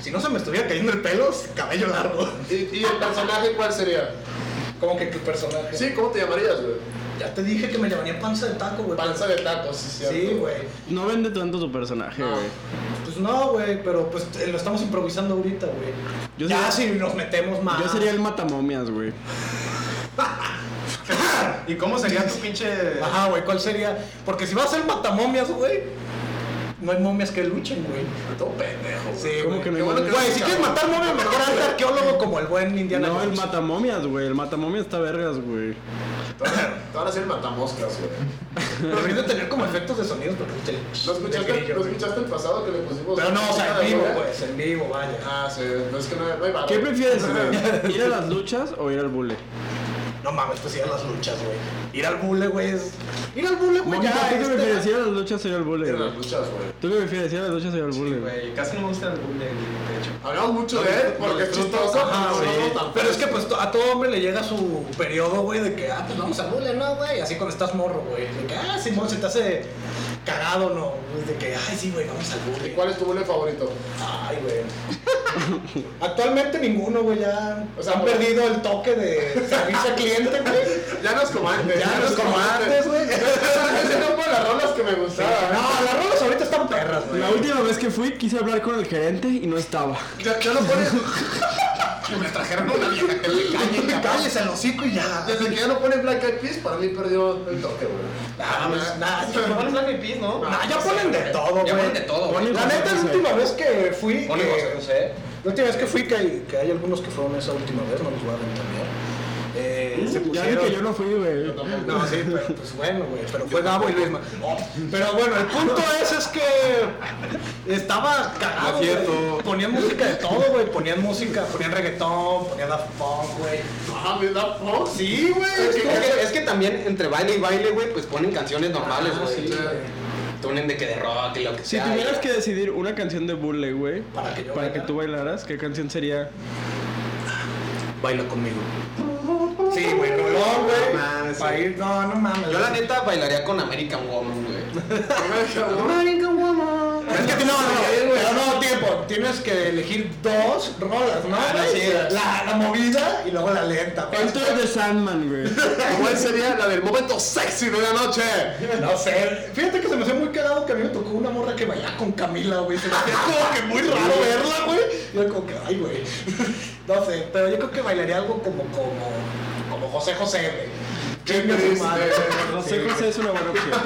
[SPEAKER 5] Si no se me estuviera cayendo el pelo, cabello largo.
[SPEAKER 1] ¿Y, y el personaje cuál sería?
[SPEAKER 5] Como que tu personaje.
[SPEAKER 1] Sí, ¿cómo te llamarías, güey?
[SPEAKER 5] Ya te dije que me llamaría panza de taco, güey.
[SPEAKER 1] Panza de tacos, sí, cierto.
[SPEAKER 5] Sí, güey.
[SPEAKER 3] No vende tanto su personaje,
[SPEAKER 1] No.
[SPEAKER 3] güey.
[SPEAKER 5] Pues no, güey, pero pues eh, lo estamos improvisando ahorita, güey.
[SPEAKER 3] Yo
[SPEAKER 5] Ya
[SPEAKER 3] sería-
[SPEAKER 5] si nos metemos más.
[SPEAKER 3] Yo sería el matamomias, güey.
[SPEAKER 7] ¿Y cómo sería tu pinche
[SPEAKER 5] Ajá, güey, ¿cuál sería? Porque si vas a ser matamomias, güey, no hay momias que luchen, güey. Todo pendejo. Sí,
[SPEAKER 3] ¿Cómo
[SPEAKER 5] güey.
[SPEAKER 3] que no
[SPEAKER 1] Qué
[SPEAKER 3] hay
[SPEAKER 1] bueno
[SPEAKER 3] momias?
[SPEAKER 1] que-
[SPEAKER 5] Güey, si quieres matar momias, mejor hazte arqueólogo como el buen Indiana
[SPEAKER 3] No, el
[SPEAKER 5] Jones.
[SPEAKER 3] matamomias, güey. El matamomias está vergas, güey.
[SPEAKER 1] Te van a hacer el matamoscas, güey.
[SPEAKER 5] Deberías de tener como efectos de sonidos, pero escucha el-
[SPEAKER 1] ¿No
[SPEAKER 5] el
[SPEAKER 1] escuchaste,
[SPEAKER 5] grillo,
[SPEAKER 1] ¿No
[SPEAKER 5] güey.
[SPEAKER 1] escuchaste el pasado que le pusimos?
[SPEAKER 5] Pero no, o sea,
[SPEAKER 1] Ah,
[SPEAKER 5] en vivo,
[SPEAKER 1] güey.
[SPEAKER 5] pues, en vivo, vaya.
[SPEAKER 1] Ah, sí, no es que no hay, no hay barro.
[SPEAKER 3] ¿Qué prefieres, güey? ¿Ir a las luchas o ir al bule?
[SPEAKER 5] No mames, pues ir a las luchas, güey. Ir al bule, güey, es... Ir al bule, güey,
[SPEAKER 3] Mónica,
[SPEAKER 5] ya,
[SPEAKER 3] ¿tú qué
[SPEAKER 5] este-
[SPEAKER 3] prefieres? ¿Ir a las luchas o ir al bule,
[SPEAKER 1] Eran
[SPEAKER 3] güey?
[SPEAKER 1] las luchas, güey.
[SPEAKER 3] ¿Tú qué prefieres? ¿Ir a las luchas o ir al bule, güey?
[SPEAKER 7] Güey, casi no me gusta el bullying, de hecho.
[SPEAKER 1] Hablamos mucho de él porque es chistoso.
[SPEAKER 5] Ajá,
[SPEAKER 1] pero no
[SPEAKER 5] güey.
[SPEAKER 1] tan-
[SPEAKER 5] Pero es que pues to- a todo hombre le llega su periodo, güey, de que, ah, pues vamos a bule, ¿no, güey? Así cuando estás morro, güey. De que, ah, Simón, se te hace cagado, ¿no? Pues, de que, ay, sí, güey, vamos al
[SPEAKER 1] ¿Y
[SPEAKER 5] bule.
[SPEAKER 1] cuál es tu bule favorito?
[SPEAKER 5] Ay, güey. Actualmente ninguno, güey, ya
[SPEAKER 1] O sea,
[SPEAKER 5] han
[SPEAKER 1] güey.
[SPEAKER 5] perdido el toque de servicio al cliente, güey.
[SPEAKER 1] Ya nos comandes.
[SPEAKER 5] Ya pues, nos comandes, güey.
[SPEAKER 1] Ese no fue las rolas que me gustaban.
[SPEAKER 5] No, las rolas ahorita están perras, güey.
[SPEAKER 3] La última vez que fui quise hablar con el gerente y no estaba.
[SPEAKER 1] Ya, ya lo pones.
[SPEAKER 7] Que me trajeron una vieja que le calle, cabrón.
[SPEAKER 5] Cállese el hocico y ya.
[SPEAKER 1] Desde que ya no pone Black Eyed Peas, para mí perdió el toque, güey.
[SPEAKER 5] Nah, pues, nah,
[SPEAKER 7] Pero no les dan mi pis, ¿no?
[SPEAKER 5] nah, ya ponen de todo, güey.
[SPEAKER 7] Ah, pues, Ya ponen de todo, güey.
[SPEAKER 5] La neta, la última vez que fui...
[SPEAKER 7] Ponen
[SPEAKER 5] que-
[SPEAKER 7] José José.
[SPEAKER 5] La última vez que fui, que, que hay algunos que fueron esa última vez, no los voy a ventanear. Eh, se
[SPEAKER 3] Ya vi
[SPEAKER 5] pusieron...
[SPEAKER 3] que yo no fui, güey.
[SPEAKER 5] No, sí, pero pues bueno, güey. Pero fue Gabo y Luisma. Pero bueno, el punto es, es que estaba cagado.
[SPEAKER 7] No es cierto.
[SPEAKER 5] güey. Ponían música de todo, güey. Ponían música, ponían reggaetón, ponían Daft Punk, güey.
[SPEAKER 1] Ah, me da pos.
[SPEAKER 5] Sí, güey.
[SPEAKER 7] Es
[SPEAKER 5] estuvo-
[SPEAKER 7] que, es que también entre baile y baile, güey, pues ponen canciones normales,
[SPEAKER 5] Ah,
[SPEAKER 7] güey.
[SPEAKER 5] sí, güey.
[SPEAKER 7] Ponen de que de rock y lo que
[SPEAKER 3] Si
[SPEAKER 7] sea.
[SPEAKER 3] tuvieras
[SPEAKER 7] y-
[SPEAKER 3] que decidir una canción de bule, güey,
[SPEAKER 5] Para que yo
[SPEAKER 3] para que
[SPEAKER 5] bailara.
[SPEAKER 3] tú bailaras, ¿qué canción sería?
[SPEAKER 5] Baila conmigo. Sí, güey, rolón,
[SPEAKER 7] No
[SPEAKER 5] güey.
[SPEAKER 7] mames, sí.
[SPEAKER 5] Pa' ir- No, no mames.
[SPEAKER 7] Yo la neta bailaría con American Woman, güey.
[SPEAKER 5] American Woman. Es que no, no, pero no, tiempo. Tienes que elegir dos rolas, ¿no?
[SPEAKER 7] Ah, no,
[SPEAKER 5] güey?
[SPEAKER 7] sí.
[SPEAKER 5] la, la movida y luego la lenta. güey.
[SPEAKER 3] Enter the Sandman, güey.
[SPEAKER 1] ¿Cuál sería la del momento sexy de la noche?
[SPEAKER 5] No sé. Fíjate que se me hace muy cagado que a mí me tocó una morra que bailaba con Camila, güey. Se me hacía como que muy raro verla, güey. Yo como que, ay, güey. No sé, pero yo creo que bailaría algo como, como, como José José, güey.
[SPEAKER 1] Qué
[SPEAKER 5] Chinga su
[SPEAKER 1] triste.
[SPEAKER 5] madre.
[SPEAKER 3] No sé, José es una buena opción.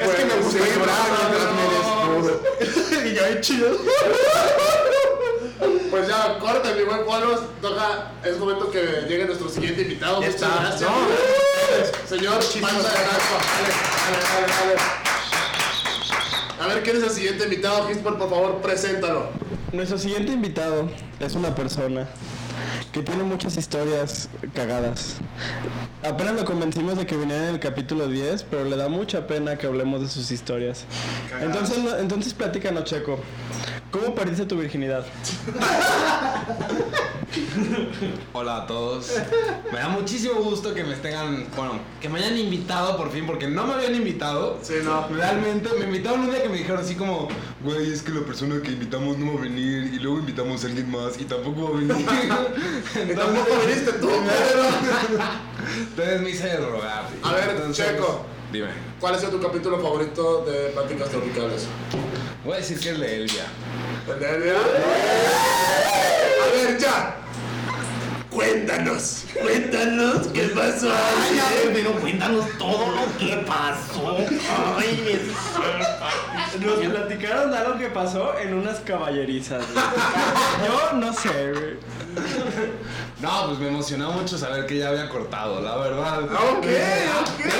[SPEAKER 1] Es que me gusta llorar mientras me
[SPEAKER 5] y yo, ay, chido.
[SPEAKER 1] Pues ya, corta mi buen Polos. Toca, es momento que llegue nuestro siguiente invitado.
[SPEAKER 4] Ya
[SPEAKER 1] Muchas
[SPEAKER 4] está.
[SPEAKER 1] gracias. Señor, panza de taco. A ver, ¿quién es el siguiente invitado, Gispert? Por favor, preséntalo.
[SPEAKER 3] Nuestro siguiente invitado es una persona que tiene muchas historias cagadas. Apenas lo convencimos de que viniera en el capítulo 10, pero le da mucha pena que hablemos de sus historias. Entonces, no- entonces platícanos, Checo. ¿Cómo perdiste tu virginidad?
[SPEAKER 8] Hola a todos. Me da muchísimo gusto que me tengan, bueno, que me hayan invitado por fin, porque no me habían invitado.
[SPEAKER 1] Sí, no.
[SPEAKER 8] Realmente me invitaron un día que me dijeron así como, güey, es que la persona que invitamos no va a venir y luego invitamos a alguien más y tampoco va a venir.
[SPEAKER 1] Y tampoco viniste tú, Pedro.
[SPEAKER 8] Entonces me hice rogar.
[SPEAKER 1] A ver, Checo.
[SPEAKER 8] Dime.
[SPEAKER 1] ¿Cuál ha sido tu capítulo favorito de Pláticas Tropicales?
[SPEAKER 8] Voy a decir que es de Elvia.
[SPEAKER 1] ¿El de Elvia? A ver, ya. Cuéntanos, cuéntanos qué pasó.
[SPEAKER 4] Pero cuéntanos todo lo que pasó. Ay,
[SPEAKER 3] Nos platicaron de algo que pasó en unas caballerizas. Yo no sé,
[SPEAKER 8] No, pues me emocionó mucho saber que ya había cortado, la verdad.
[SPEAKER 1] Ah, Ok, ok.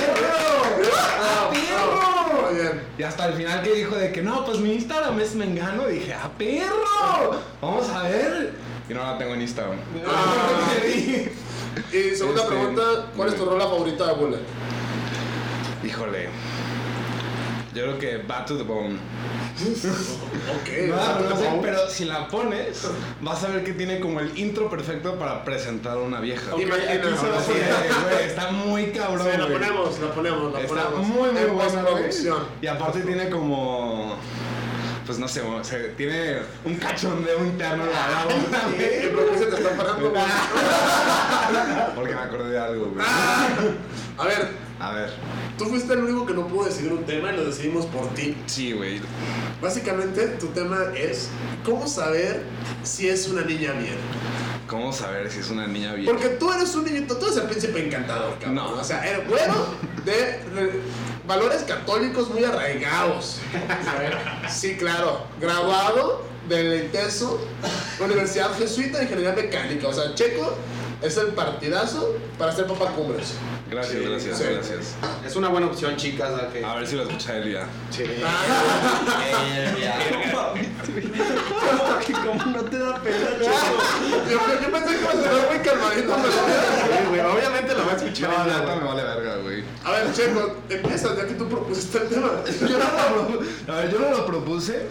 [SPEAKER 1] Ah, ah, Muy bien.
[SPEAKER 8] Y hasta el final que dijo de que no, pues mi Instagram es Mengano, dije, ¡ah, perro! Vamos a ver. Y no la tengo en Instagram.
[SPEAKER 1] Ah. Y segunda
[SPEAKER 8] Este,
[SPEAKER 1] pregunta, ¿cuál es tu rola favorita de Bullet?
[SPEAKER 8] Híjole. Yo creo que Back to the Bone.
[SPEAKER 1] Ok,
[SPEAKER 8] No la
[SPEAKER 1] Back to the
[SPEAKER 8] conoces,
[SPEAKER 1] Bone.
[SPEAKER 8] pero si la pones, vas a ver que tiene como el intro perfecto para presentar a una vieja.
[SPEAKER 1] Ok, aquí se
[SPEAKER 8] Ahora
[SPEAKER 1] la
[SPEAKER 8] sí, eh, güey, está muy cabrón.
[SPEAKER 1] Sí, la
[SPEAKER 8] güey.
[SPEAKER 1] ponemos, la ponemos, la
[SPEAKER 8] Está
[SPEAKER 1] ponemos.
[SPEAKER 8] muy, muy
[SPEAKER 1] en
[SPEAKER 8] buena, güey.
[SPEAKER 1] postproducción.
[SPEAKER 8] Y aparte tiene como... Pues no sé, o sea, tiene un cachondeo interno en la banda, güey.
[SPEAKER 1] Eh, ¿Por qué se te está parando? güey?
[SPEAKER 8] Porque me acordé de algo, güey.
[SPEAKER 1] A ver,
[SPEAKER 8] A ver.
[SPEAKER 1] tú fuiste el único que no pudo decidir un tema y lo decidimos por ti.
[SPEAKER 8] Sí, güey.
[SPEAKER 1] Básicamente, tu tema es cómo saber si es una niña bien.
[SPEAKER 8] ¿Cómo saber si es una niña bien?
[SPEAKER 1] Porque tú eres un niñito, tú eres el príncipe encantador, cabrón.
[SPEAKER 8] No.
[SPEAKER 1] O sea, el bueno de, de valores católicos muy arraigados. Sí, claro. Graduado del intenso Universidad Jesuita de Ingeniería Mecánica. O sea, Checo es el partidazo para ser papá cumbres.
[SPEAKER 8] Gracias, gracias,
[SPEAKER 1] sí.
[SPEAKER 8] gracias.
[SPEAKER 4] Es una buena opción, chicas. a que-
[SPEAKER 8] A ver si lo escucha Elia.
[SPEAKER 1] Ah,
[SPEAKER 3] ¿Cómo no te da pena, Checo?
[SPEAKER 1] Yo, yo pensé que iba a ser muy calmadito, pero...
[SPEAKER 4] Sí, güey, obviamente lo va a
[SPEAKER 8] No,
[SPEAKER 4] escuchar.
[SPEAKER 8] la
[SPEAKER 4] güey.
[SPEAKER 8] neta me vale verga, güey.
[SPEAKER 1] A ver, Checo, empieza ya que tú propusiste el tema.
[SPEAKER 8] Yo no lo pro- A ver, yo no lo propuse.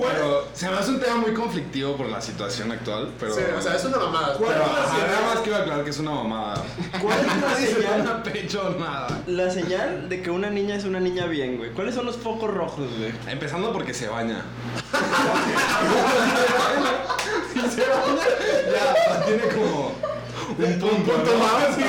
[SPEAKER 8] Pero se me hace un tema muy conflictivo por la situación actual, pero.
[SPEAKER 1] Sí, o sea, es una mamada.
[SPEAKER 8] Pero
[SPEAKER 1] Pero-
[SPEAKER 8] ajá, nada más quiero aclarar que es una mamada.
[SPEAKER 3] ¿Cuál es la
[SPEAKER 8] Es
[SPEAKER 3] señal?
[SPEAKER 8] una pechonada.
[SPEAKER 3] La señal de que una niña es una niña bien, güey. ¿Cuáles son los focos rojos, güey?
[SPEAKER 8] Empezando porque se baña.
[SPEAKER 3] Se van a-
[SPEAKER 8] Ya, tiene como. Un punto, ¿no?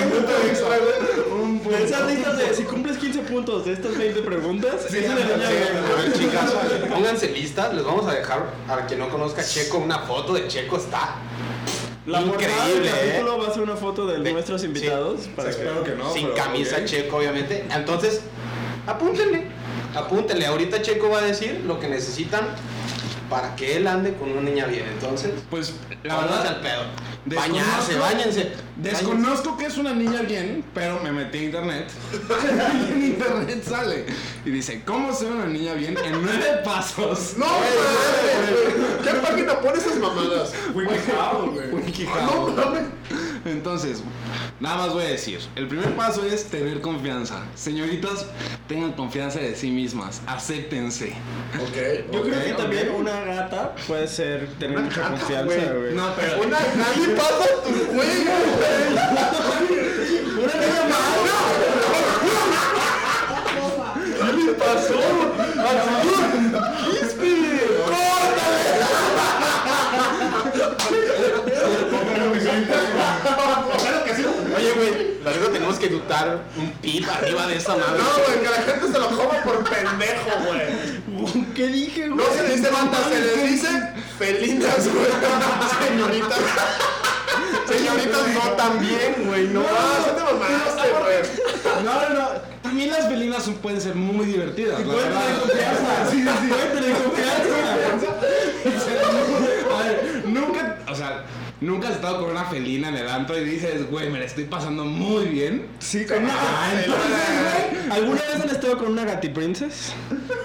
[SPEAKER 8] Un punto.
[SPEAKER 3] De esas listas de si cumples 15 puntos de estas 20 preguntas,
[SPEAKER 8] Sí,
[SPEAKER 3] es una
[SPEAKER 8] ándale,
[SPEAKER 3] niña
[SPEAKER 8] sí,
[SPEAKER 3] bien,
[SPEAKER 4] A ver, chicas, pónganse listas. Les vamos a dejar, a quien no conozca a Checo, una foto de Checo está.
[SPEAKER 3] La portada del
[SPEAKER 4] Increíble, ¿eh?
[SPEAKER 3] capítulo va a ser una foto de,
[SPEAKER 4] De-
[SPEAKER 3] nuestros
[SPEAKER 4] sí.
[SPEAKER 3] invitados. para
[SPEAKER 8] O sea, espero que no.
[SPEAKER 4] sin
[SPEAKER 8] pero,
[SPEAKER 4] camisa
[SPEAKER 8] ok.
[SPEAKER 4] Checo, obviamente. Entonces, apúntenle. Apúntenle. Ahorita Checo va a decir lo que necesitan para que él ande con una niña bien. Entonces,
[SPEAKER 8] Pues la
[SPEAKER 4] pónganse
[SPEAKER 8] verdad.
[SPEAKER 4] al pedo.
[SPEAKER 8] desconozco-
[SPEAKER 4] Bañarse, bañense.
[SPEAKER 8] Desconozco que es una niña bien, pero me metí a internet. y en internet sale. Y dice, ¿cómo ser una niña bien en nueve pasos?
[SPEAKER 1] ¡No, mames! ¿Qué página pone esas mamadas?
[SPEAKER 8] Wikihow,
[SPEAKER 1] güey.
[SPEAKER 8] Wikihow. Entonces, nada más voy a decir, el primer paso es tener confianza. Señoritas, tengan confianza de sí mismas, acéptense.
[SPEAKER 1] Ok.
[SPEAKER 3] Yo creo
[SPEAKER 8] Ok,
[SPEAKER 3] que
[SPEAKER 8] ok.
[SPEAKER 3] también una gata puede ser tener mucha confianza, güey.
[SPEAKER 8] No, pero
[SPEAKER 1] Una nadie pasa tu juego, güey.
[SPEAKER 3] Una niña más.
[SPEAKER 1] ¿Qué pasó?
[SPEAKER 4] Oye, güey, la neta tenemos que dutar un pip arriba de esa madre.
[SPEAKER 1] No, güey, que la gente se lo coma por pendejo, güey.
[SPEAKER 3] ¿Qué dije,
[SPEAKER 1] No
[SPEAKER 3] güey?
[SPEAKER 1] se le dice banda, se le dice felinas, güey. Señoritas. Señoritas no también, güey. No, no te mamaste, güey.
[SPEAKER 8] No, no, no. También las felinas son- pueden ser muy divertidas. la
[SPEAKER 3] Pueden
[SPEAKER 8] verdad.
[SPEAKER 3] tener confianza. Sí, sí, sí. Pueden tener confianza.
[SPEAKER 8] A ver, nunca, Nunca has estado con una felina en el antro y dices, güey, me la estoy pasando muy bien.
[SPEAKER 3] Sí, con una.
[SPEAKER 8] Ah, entonces, güey,
[SPEAKER 3] ¿Alguna vez han estado con una Gati Princess?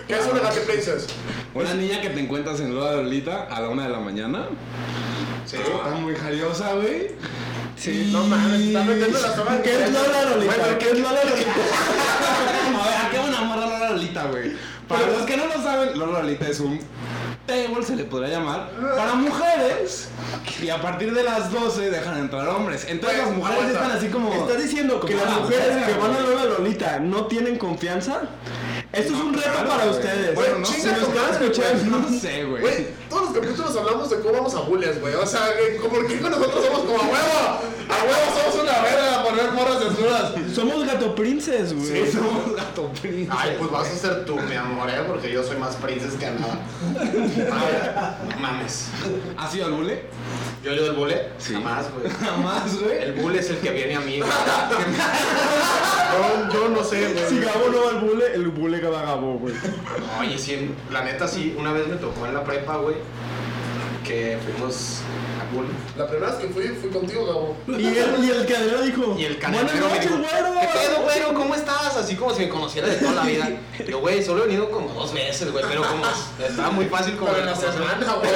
[SPEAKER 1] ¿Qué es una Gatti Princess?
[SPEAKER 8] Una niña que te encuentras en Lola Lolita a la una de la mañana. Sí. Está muy jariosa, güey.
[SPEAKER 1] Sí, no mames, está metiendo la toma de
[SPEAKER 3] ¿Qué es Lola Lolita? ¿Qué es Lola Lolita?
[SPEAKER 8] A ver, ¿a qué van a amar a Lola Lolita, güey? Para los que no lo saben, Lola Lolita es un table, se le podría llamar, para mujeres. Y a partir de las 12 dejan entrar hombres. Entonces las mujeres
[SPEAKER 7] pues,
[SPEAKER 1] aguanta.
[SPEAKER 8] están así como...
[SPEAKER 3] ¿Estás diciendo que
[SPEAKER 8] como,
[SPEAKER 3] las
[SPEAKER 8] "Ah,
[SPEAKER 3] mujeres
[SPEAKER 8] verga,
[SPEAKER 3] que van a
[SPEAKER 8] güey".
[SPEAKER 3] Lola Lolita no tienen confianza? Esto es un reto
[SPEAKER 8] Claro,
[SPEAKER 3] para
[SPEAKER 8] güey.
[SPEAKER 3] ustedes.
[SPEAKER 8] Bueno, no
[SPEAKER 1] Chinga
[SPEAKER 8] sé,
[SPEAKER 1] tu
[SPEAKER 8] los que van a
[SPEAKER 3] madre,
[SPEAKER 8] escuchar,
[SPEAKER 3] güey.
[SPEAKER 8] no sé,
[SPEAKER 1] Güey,
[SPEAKER 8] güey.
[SPEAKER 1] todos los capítulos hablamos de cómo vamos a bullies, güey. O sea, güey, ¿por qué nosotros somos como a huevo? A huevo somos una verga por ver morras desnudas.
[SPEAKER 3] Somos gato princes, güey.
[SPEAKER 1] Sí, somos-
[SPEAKER 7] Ay, pues vas a ser tú, mi amor, ¿eh? Porque yo soy más princess que nada. Ay, no mames.
[SPEAKER 8] ¿Has ido al bule?
[SPEAKER 7] ¿Yo leo el bule?
[SPEAKER 8] Sí.
[SPEAKER 7] Jamás, güey.
[SPEAKER 8] Jamás, güey.
[SPEAKER 7] El bule es el que viene a mí. güey. Yo, yo no sé, güey.
[SPEAKER 3] Si Gabo no va al bule, el bule va a Gabo, güey.
[SPEAKER 7] Oye, sí, en- la neta sí, una vez me tocó en la prepa, güey, que fuimos a Bull.
[SPEAKER 1] La primera vez que fui, fui contigo, Gabo.
[SPEAKER 3] Y el, y el cadenero dijo:
[SPEAKER 7] Y el
[SPEAKER 3] Buenas
[SPEAKER 7] canelero me
[SPEAKER 3] noches,
[SPEAKER 7] dijo,
[SPEAKER 3] güero.
[SPEAKER 7] ¿qué pedo, güero? ¿Cómo estás? Así como si me conociera de toda la vida. Yo, güey, solo he venido como dos veces, güey, pero como estaba muy fácil como...
[SPEAKER 1] Pero en la semana, güey.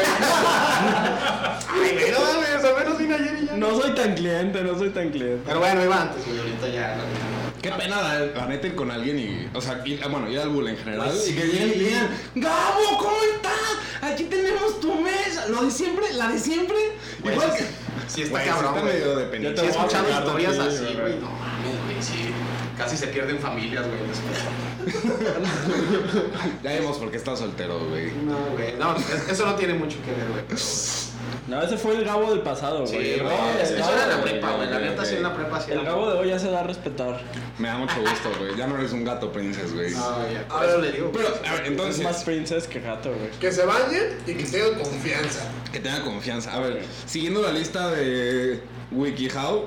[SPEAKER 7] Ay, güey, no mames, al menos vine ayer y ya.
[SPEAKER 3] No soy tan cliente, no soy tan cliente.
[SPEAKER 7] Pero bueno, iba antes, güey, ahorita ya... la neta, no.
[SPEAKER 8] Qué pena la, la neta ir con alguien y. O sea, ir- ah, bueno, ir al bule en general. Y que lleguen y le digan, Gabo, ¿cómo estás? Aquí tenemos tu mesa. Lo de siempre, la de siempre.
[SPEAKER 7] Güey,
[SPEAKER 8] Igual que.
[SPEAKER 7] sí- Sí está
[SPEAKER 8] Güey, sí
[SPEAKER 7] cabrón,
[SPEAKER 8] está
[SPEAKER 7] güey.
[SPEAKER 8] medio dependiente.
[SPEAKER 7] Sí
[SPEAKER 8] Yo te voy
[SPEAKER 7] he
[SPEAKER 8] a
[SPEAKER 7] escuchado
[SPEAKER 8] colgar de
[SPEAKER 7] historias
[SPEAKER 8] ti,
[SPEAKER 7] así,
[SPEAKER 8] güey.
[SPEAKER 7] güey, no mames, güey, sí. Casi se pierden familias, güey, después.
[SPEAKER 8] Ya vemos por qué estás soltero, güey.
[SPEAKER 7] No, güey, no, es- eso no tiene mucho que ver, güey, pero...
[SPEAKER 3] No, ese fue el Gabo del pasado,
[SPEAKER 7] Sí,
[SPEAKER 3] güey.
[SPEAKER 7] güey,
[SPEAKER 3] El
[SPEAKER 7] es que
[SPEAKER 3] Gabo
[SPEAKER 7] eso era en
[SPEAKER 3] del-
[SPEAKER 7] la prepa, güey, la
[SPEAKER 8] güey,
[SPEAKER 7] neta sí en la prepa sí.
[SPEAKER 3] el Gabo de hoy ya se da a respetar.
[SPEAKER 8] Me da mucho gusto, güey. Ya no eres un gato, princess, güey.
[SPEAKER 7] Ah, ya, por eso le digo.
[SPEAKER 8] Pero, a ver,
[SPEAKER 3] Es
[SPEAKER 8] entonces.
[SPEAKER 3] más princess que gato, güey.
[SPEAKER 1] Que se bañen y que tengan confianza.
[SPEAKER 8] Que tenga confianza. A ver, siguiendo la lista de WikiHow,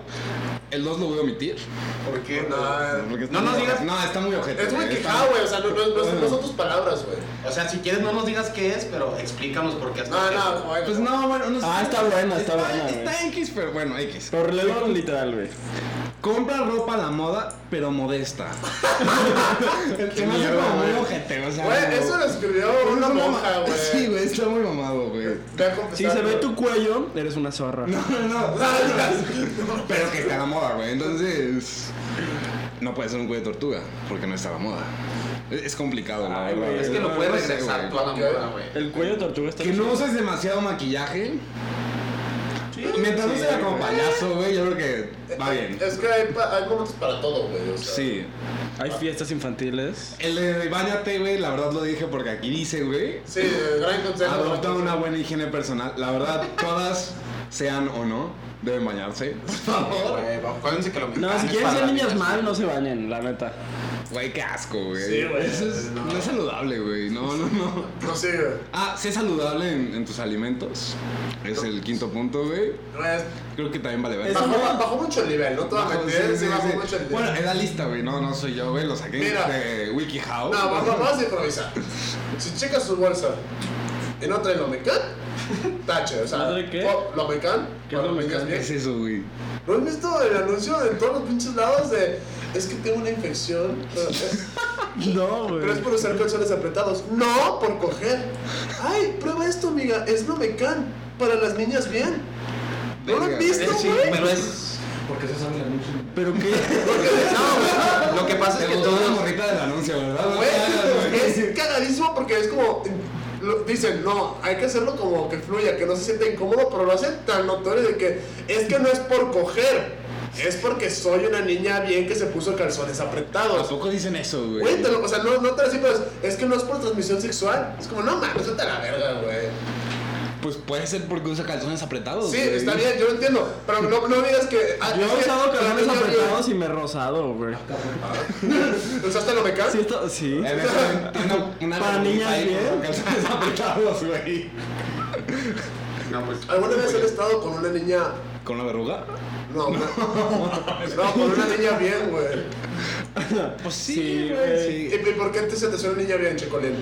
[SPEAKER 8] el 2 lo voy a omitir.
[SPEAKER 1] ¿Por qué? No,
[SPEAKER 8] porque está
[SPEAKER 7] No nos
[SPEAKER 8] muy-
[SPEAKER 7] digas-
[SPEAKER 8] No, está muy objeto.
[SPEAKER 1] es muy
[SPEAKER 8] güey. Está-
[SPEAKER 1] quejado, güey. O sea, no, no- no- no son tus palabras, güey.
[SPEAKER 7] O sea, si quieres no nos digas qué es, pero explícanos por qué has
[SPEAKER 1] No, no, güey.
[SPEAKER 8] Pues no, bueno, no
[SPEAKER 3] Ah, está buena, está buena, güey.
[SPEAKER 8] Está X, pero bueno, X.
[SPEAKER 3] Pero relevado literal, güey.
[SPEAKER 8] Compra ropa a la moda, pero modesta. Se me hace
[SPEAKER 1] mierda,
[SPEAKER 8] como muy
[SPEAKER 1] güey.
[SPEAKER 8] ojete, o sea.
[SPEAKER 1] Güey, eso lo escribió una
[SPEAKER 8] Pues es
[SPEAKER 1] monja,
[SPEAKER 8] mam-
[SPEAKER 1] güey.
[SPEAKER 8] Sí, güey, está muy mamado, güey.
[SPEAKER 1] Te voy a confesar,
[SPEAKER 3] Si se ve
[SPEAKER 1] güey.
[SPEAKER 3] tu cuello, eres una zorra.
[SPEAKER 8] No, no, no. Pero que está a la moda, güey. Entonces. No puede ser un güey de tortuga, porque no está a la moda. Es es complicado, la
[SPEAKER 3] Ay,
[SPEAKER 8] verdad.
[SPEAKER 3] güey,
[SPEAKER 7] Es que lo
[SPEAKER 8] No,
[SPEAKER 7] puedes
[SPEAKER 8] no sé,
[SPEAKER 7] regresar
[SPEAKER 8] güey.
[SPEAKER 7] tú a la
[SPEAKER 1] ¿Qué?
[SPEAKER 7] moda, güey.
[SPEAKER 3] El cuello de tortuga está
[SPEAKER 8] Que
[SPEAKER 3] chido.
[SPEAKER 8] no uses demasiado maquillaje. Mientras no sea como payaso, güey, yo creo que va bien.
[SPEAKER 1] Es que hay, pa- hay momentos para todo, güey. O sea,
[SPEAKER 8] Sí.
[SPEAKER 3] Hay fiestas infantiles.
[SPEAKER 8] El de bañate, güey, la verdad lo dije porque aquí dice, güey.
[SPEAKER 1] Sí, eh, gran consejo. gran
[SPEAKER 8] Adopta
[SPEAKER 1] consejo.
[SPEAKER 8] Ah, una buena higiene personal. La verdad, todas, sean o no, deben bañarse.
[SPEAKER 7] Güey, acuérdense que lo
[SPEAKER 3] No,
[SPEAKER 7] mexicano
[SPEAKER 3] si
[SPEAKER 7] es
[SPEAKER 3] quieren
[SPEAKER 7] para
[SPEAKER 3] ser
[SPEAKER 7] la
[SPEAKER 3] niñas
[SPEAKER 7] niña.
[SPEAKER 3] mal, no se bañen, la neta.
[SPEAKER 8] Güey, qué asco, güey.
[SPEAKER 1] Sí, güey,
[SPEAKER 8] Eso es- no. es saludable, güey. No, no, no.
[SPEAKER 1] No, sí, güey.
[SPEAKER 8] Ah, sé saludable en, en tus alimentos. Es el quinto punto, güey.
[SPEAKER 1] No, es-
[SPEAKER 8] Creo que también vale ver.
[SPEAKER 3] Eso
[SPEAKER 1] Bajó,
[SPEAKER 3] no.
[SPEAKER 1] bajó mucho el nivel, no te voy a
[SPEAKER 8] Bajo-
[SPEAKER 1] meter,
[SPEAKER 8] sí,
[SPEAKER 1] sí,
[SPEAKER 8] sí,
[SPEAKER 1] bajó
[SPEAKER 8] sí.
[SPEAKER 1] mucho el nivel.
[SPEAKER 8] Bueno, es la lista, güey. No, no soy yo, güey. Lo saqué
[SPEAKER 1] Mira.
[SPEAKER 8] de WikiHow.
[SPEAKER 1] No, vamos, vamos a improvisar. Si checas su bolsa y no trae lomecan, tache. O sea,
[SPEAKER 3] ¿No trae qué?
[SPEAKER 1] o- Lomecan,
[SPEAKER 3] ¿Qué
[SPEAKER 1] cuando
[SPEAKER 3] lomecan?
[SPEAKER 1] digas
[SPEAKER 8] ¿Qué
[SPEAKER 1] bien.
[SPEAKER 8] es eso, güey?
[SPEAKER 1] ¿No has visto el anuncio de todos los pinches lados de es que tengo una infección? Pero es-
[SPEAKER 3] No, güey.
[SPEAKER 1] pero es por usar calzones apretados. No, por coger. Ay, prueba esto, amiga. Es Lomecan. Para las niñas bien. ¿No lo
[SPEAKER 8] Verga.
[SPEAKER 1] has visto,
[SPEAKER 7] Sí,
[SPEAKER 1] güey?
[SPEAKER 7] pero es...
[SPEAKER 5] Porque se sabe la noche.
[SPEAKER 3] Pero qué.
[SPEAKER 7] No, güey, lo que pasa es que
[SPEAKER 8] Te gustó la
[SPEAKER 7] todos...
[SPEAKER 8] morrita del anuncio, ¿verdad?
[SPEAKER 1] Güey, es cagadísimo porque es como. lo- dicen, no, hay que hacerlo como que fluya, que no se sienta incómodo, pero lo hacen tan notorio de que es que no es por coger, es porque soy una niña bien que se puso calzones
[SPEAKER 7] Ah,
[SPEAKER 1] apretados.
[SPEAKER 8] Tampoco dicen eso, güey.
[SPEAKER 1] Güey, te lo- o sea, no, no te lo decía, pero es, es que no es por transmisión sexual. Es como, no mames, vete a la verga, güey.
[SPEAKER 8] Pues puede ser porque usa calzones apretados.
[SPEAKER 1] Sí,
[SPEAKER 8] güey.
[SPEAKER 1] está bien, yo lo entiendo, pero no, no digas que. ah,
[SPEAKER 3] Yo
[SPEAKER 1] es
[SPEAKER 3] he
[SPEAKER 1] que-
[SPEAKER 3] usado calzones
[SPEAKER 1] pero-
[SPEAKER 3] apretados y me he rozado, güey.
[SPEAKER 1] ¿Usaste lo mecán?
[SPEAKER 3] Sí, esto, sí.
[SPEAKER 8] En eso entiendo una
[SPEAKER 3] Para
[SPEAKER 8] gordita
[SPEAKER 3] niñas
[SPEAKER 8] ahí
[SPEAKER 3] bien.
[SPEAKER 8] con Calzones apretados, güey.
[SPEAKER 7] No, pues...
[SPEAKER 1] ¿Alguna vez has estado con una niña.?
[SPEAKER 8] ¿Con la verruga?
[SPEAKER 1] No, no, no, con una niña bien, güey.
[SPEAKER 3] Pues
[SPEAKER 8] sí, güey, sí.
[SPEAKER 1] ¿Y por qué antes se te suena niña bien, Checolín?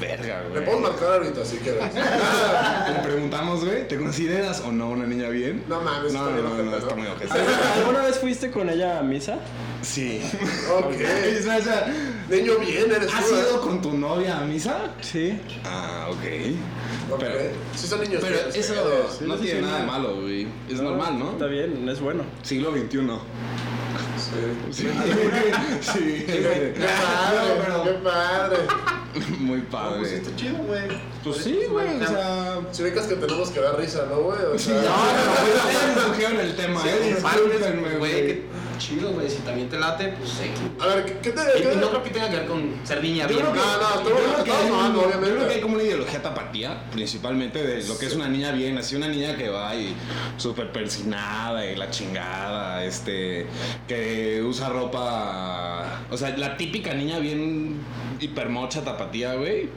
[SPEAKER 8] Verga,
[SPEAKER 1] Le
[SPEAKER 8] güey.
[SPEAKER 1] puedo marcar ahorita si quieres.
[SPEAKER 8] Le preguntamos, güey, ¿te consideras o no una niña bien?
[SPEAKER 1] No mames, está
[SPEAKER 8] no, no,
[SPEAKER 1] bien
[SPEAKER 8] no,
[SPEAKER 1] ojete,
[SPEAKER 8] no, está
[SPEAKER 1] ¿no?
[SPEAKER 8] muy ojete.
[SPEAKER 3] ¿Alguna vez fuiste con ella a misa?
[SPEAKER 8] Sí. O
[SPEAKER 1] Ok.
[SPEAKER 8] sea, o sea,
[SPEAKER 1] Niño bien, eres
[SPEAKER 8] ¿Has
[SPEAKER 1] tú, ¿eh?
[SPEAKER 8] ido con tu novia a misa?
[SPEAKER 3] Sí.
[SPEAKER 8] Ah, ok.
[SPEAKER 1] Ok.
[SPEAKER 8] Pero,
[SPEAKER 1] Sí son niños
[SPEAKER 8] pero
[SPEAKER 1] fieles, eh.
[SPEAKER 8] eso
[SPEAKER 1] pero-
[SPEAKER 8] no
[SPEAKER 3] sí,
[SPEAKER 8] tiene
[SPEAKER 3] sí,
[SPEAKER 8] nada de
[SPEAKER 3] no.
[SPEAKER 8] malo, güey. Es normal, ¿no?
[SPEAKER 3] Está bien, es bueno.
[SPEAKER 8] Siglo XXI.
[SPEAKER 1] Sí.
[SPEAKER 8] Sí, sí.
[SPEAKER 1] Qué padre, qué padre.
[SPEAKER 8] Muy padre.
[SPEAKER 4] chido, güey.
[SPEAKER 8] Pues sí, güey, o sea...
[SPEAKER 1] Si ubicas que tenemos que dar risa, ¿no, güey? O sea,
[SPEAKER 8] no, no, no, el tema,
[SPEAKER 7] Sí,
[SPEAKER 8] eh. Discúlpenme,
[SPEAKER 7] Güey,
[SPEAKER 8] güey.
[SPEAKER 7] qué chido, güey. Si también te late, pues sí.
[SPEAKER 1] A ver, ¿qué- ¿qué te.?
[SPEAKER 7] Y
[SPEAKER 1] qué-
[SPEAKER 7] no creo que tenga que ver con ser niña
[SPEAKER 8] Yo
[SPEAKER 7] bien.
[SPEAKER 8] creo que,
[SPEAKER 1] No, no, tú-
[SPEAKER 8] yo creo
[SPEAKER 1] tú
[SPEAKER 8] que
[SPEAKER 1] estás
[SPEAKER 8] hay un-
[SPEAKER 1] mamando, obviamente.
[SPEAKER 8] yo creo que hay como una ideología tapatía, principalmente de lo que es una niña bien, así una niña que va y súper persinada y la chingada, este, que usa ropa, o sea, la típica niña bien hipermocha tapatía, güey.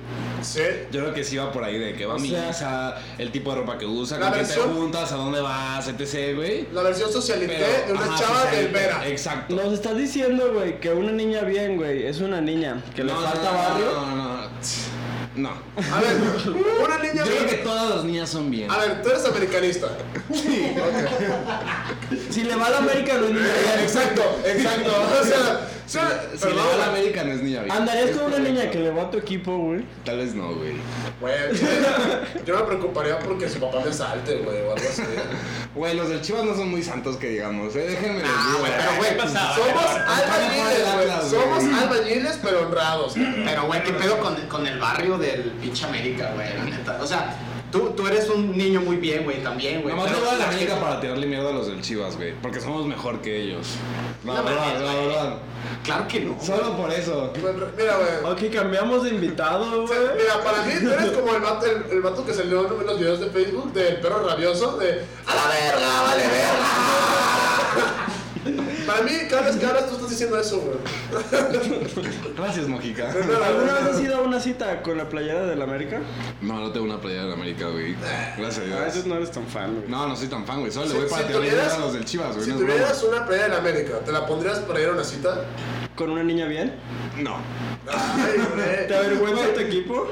[SPEAKER 1] Sí.
[SPEAKER 8] Yo creo que sí va por ahí de que va a
[SPEAKER 3] O sea,
[SPEAKER 8] misa, el tipo de ropa que usa,
[SPEAKER 1] la
[SPEAKER 8] con quién te
[SPEAKER 1] versión-
[SPEAKER 8] juntas, a dónde vas, etc, güey.
[SPEAKER 1] La versión socialité
[SPEAKER 8] Pero,
[SPEAKER 1] de una
[SPEAKER 8] ajá,
[SPEAKER 1] chava
[SPEAKER 8] sí, sí,
[SPEAKER 1] del Vera.
[SPEAKER 8] Exacto.
[SPEAKER 3] Nos estás diciendo, güey, que una niña bien, güey, es una niña que le falta barrio.
[SPEAKER 8] No, no, no. No.
[SPEAKER 1] A ver, una niña
[SPEAKER 8] Yo creo que
[SPEAKER 1] bien.
[SPEAKER 8] todas las niñas son bien.
[SPEAKER 1] A ver, tú eres americanista. Sí.
[SPEAKER 3] Si le va a la América, no es niña bien.
[SPEAKER 1] Exacto, exacto. O sea, o sea,
[SPEAKER 8] Si le va a la
[SPEAKER 1] perdón.
[SPEAKER 8] América no es niña bien.
[SPEAKER 3] ¿Andarías
[SPEAKER 8] Es
[SPEAKER 3] con una
[SPEAKER 8] correcto.
[SPEAKER 3] niña que le va a tu equipo, güey?
[SPEAKER 8] Tal vez no, güey.
[SPEAKER 1] Güey, yo me preocuparía porque su papá me salte, güey, o algo así.
[SPEAKER 8] Güey, los del Chivas no son muy santos que digamos, eh. Déjenme
[SPEAKER 1] Ah,
[SPEAKER 8] les digo.
[SPEAKER 7] Pero, güey,
[SPEAKER 1] Somos albañiles, güey. Somos albañiles, pero honrados.
[SPEAKER 7] Pero, güey, ¿qué pedo con, con el barrio del pinche América, güey? La neta. O sea, tú, tú eres un niño muy bien, güey, también, güey.
[SPEAKER 8] Nomás le
[SPEAKER 7] pero-
[SPEAKER 8] voy a la América para tirarle mierda a los del Chivas, güey. Porque somos mejor que ellos. La
[SPEAKER 7] No
[SPEAKER 8] verdad,
[SPEAKER 7] mames,
[SPEAKER 8] la
[SPEAKER 7] güey.
[SPEAKER 8] verdad.
[SPEAKER 7] Claro que no.
[SPEAKER 8] Solo por eso.
[SPEAKER 1] Mira, güey.
[SPEAKER 3] Ok, cambiamos de invitado,
[SPEAKER 1] O
[SPEAKER 3] güey.
[SPEAKER 1] sea, Mira, para mí tú eres como el vato, el, el vato que salió en los videos de Facebook del perro rabioso de ¡A la verga, vale verga! para mí, cada vez que hablas tú estás diciendo eso, güey.
[SPEAKER 8] Gracias, Mojica.
[SPEAKER 3] ¿Alguna vez has ido a una cita con la playera del América?
[SPEAKER 8] No, no tengo una playera de América, güey. Gracias
[SPEAKER 3] A
[SPEAKER 8] a
[SPEAKER 3] veces
[SPEAKER 8] Dios.
[SPEAKER 3] no eres tan fan, güey.
[SPEAKER 8] No, no soy tan fan, güey. Solo le
[SPEAKER 1] Si-
[SPEAKER 8] voy para
[SPEAKER 1] si
[SPEAKER 8] tirarle
[SPEAKER 1] tuvieras-
[SPEAKER 8] mierda a los del Chivas, güey.
[SPEAKER 1] Si
[SPEAKER 8] no es broma.
[SPEAKER 1] tuvieras una pelea en América, ¿te la pondrías para ir a una cita?
[SPEAKER 3] ¿Con una niña bien?
[SPEAKER 8] No.
[SPEAKER 1] Ay, güey.
[SPEAKER 3] ¿Te avergüenza tu equipo?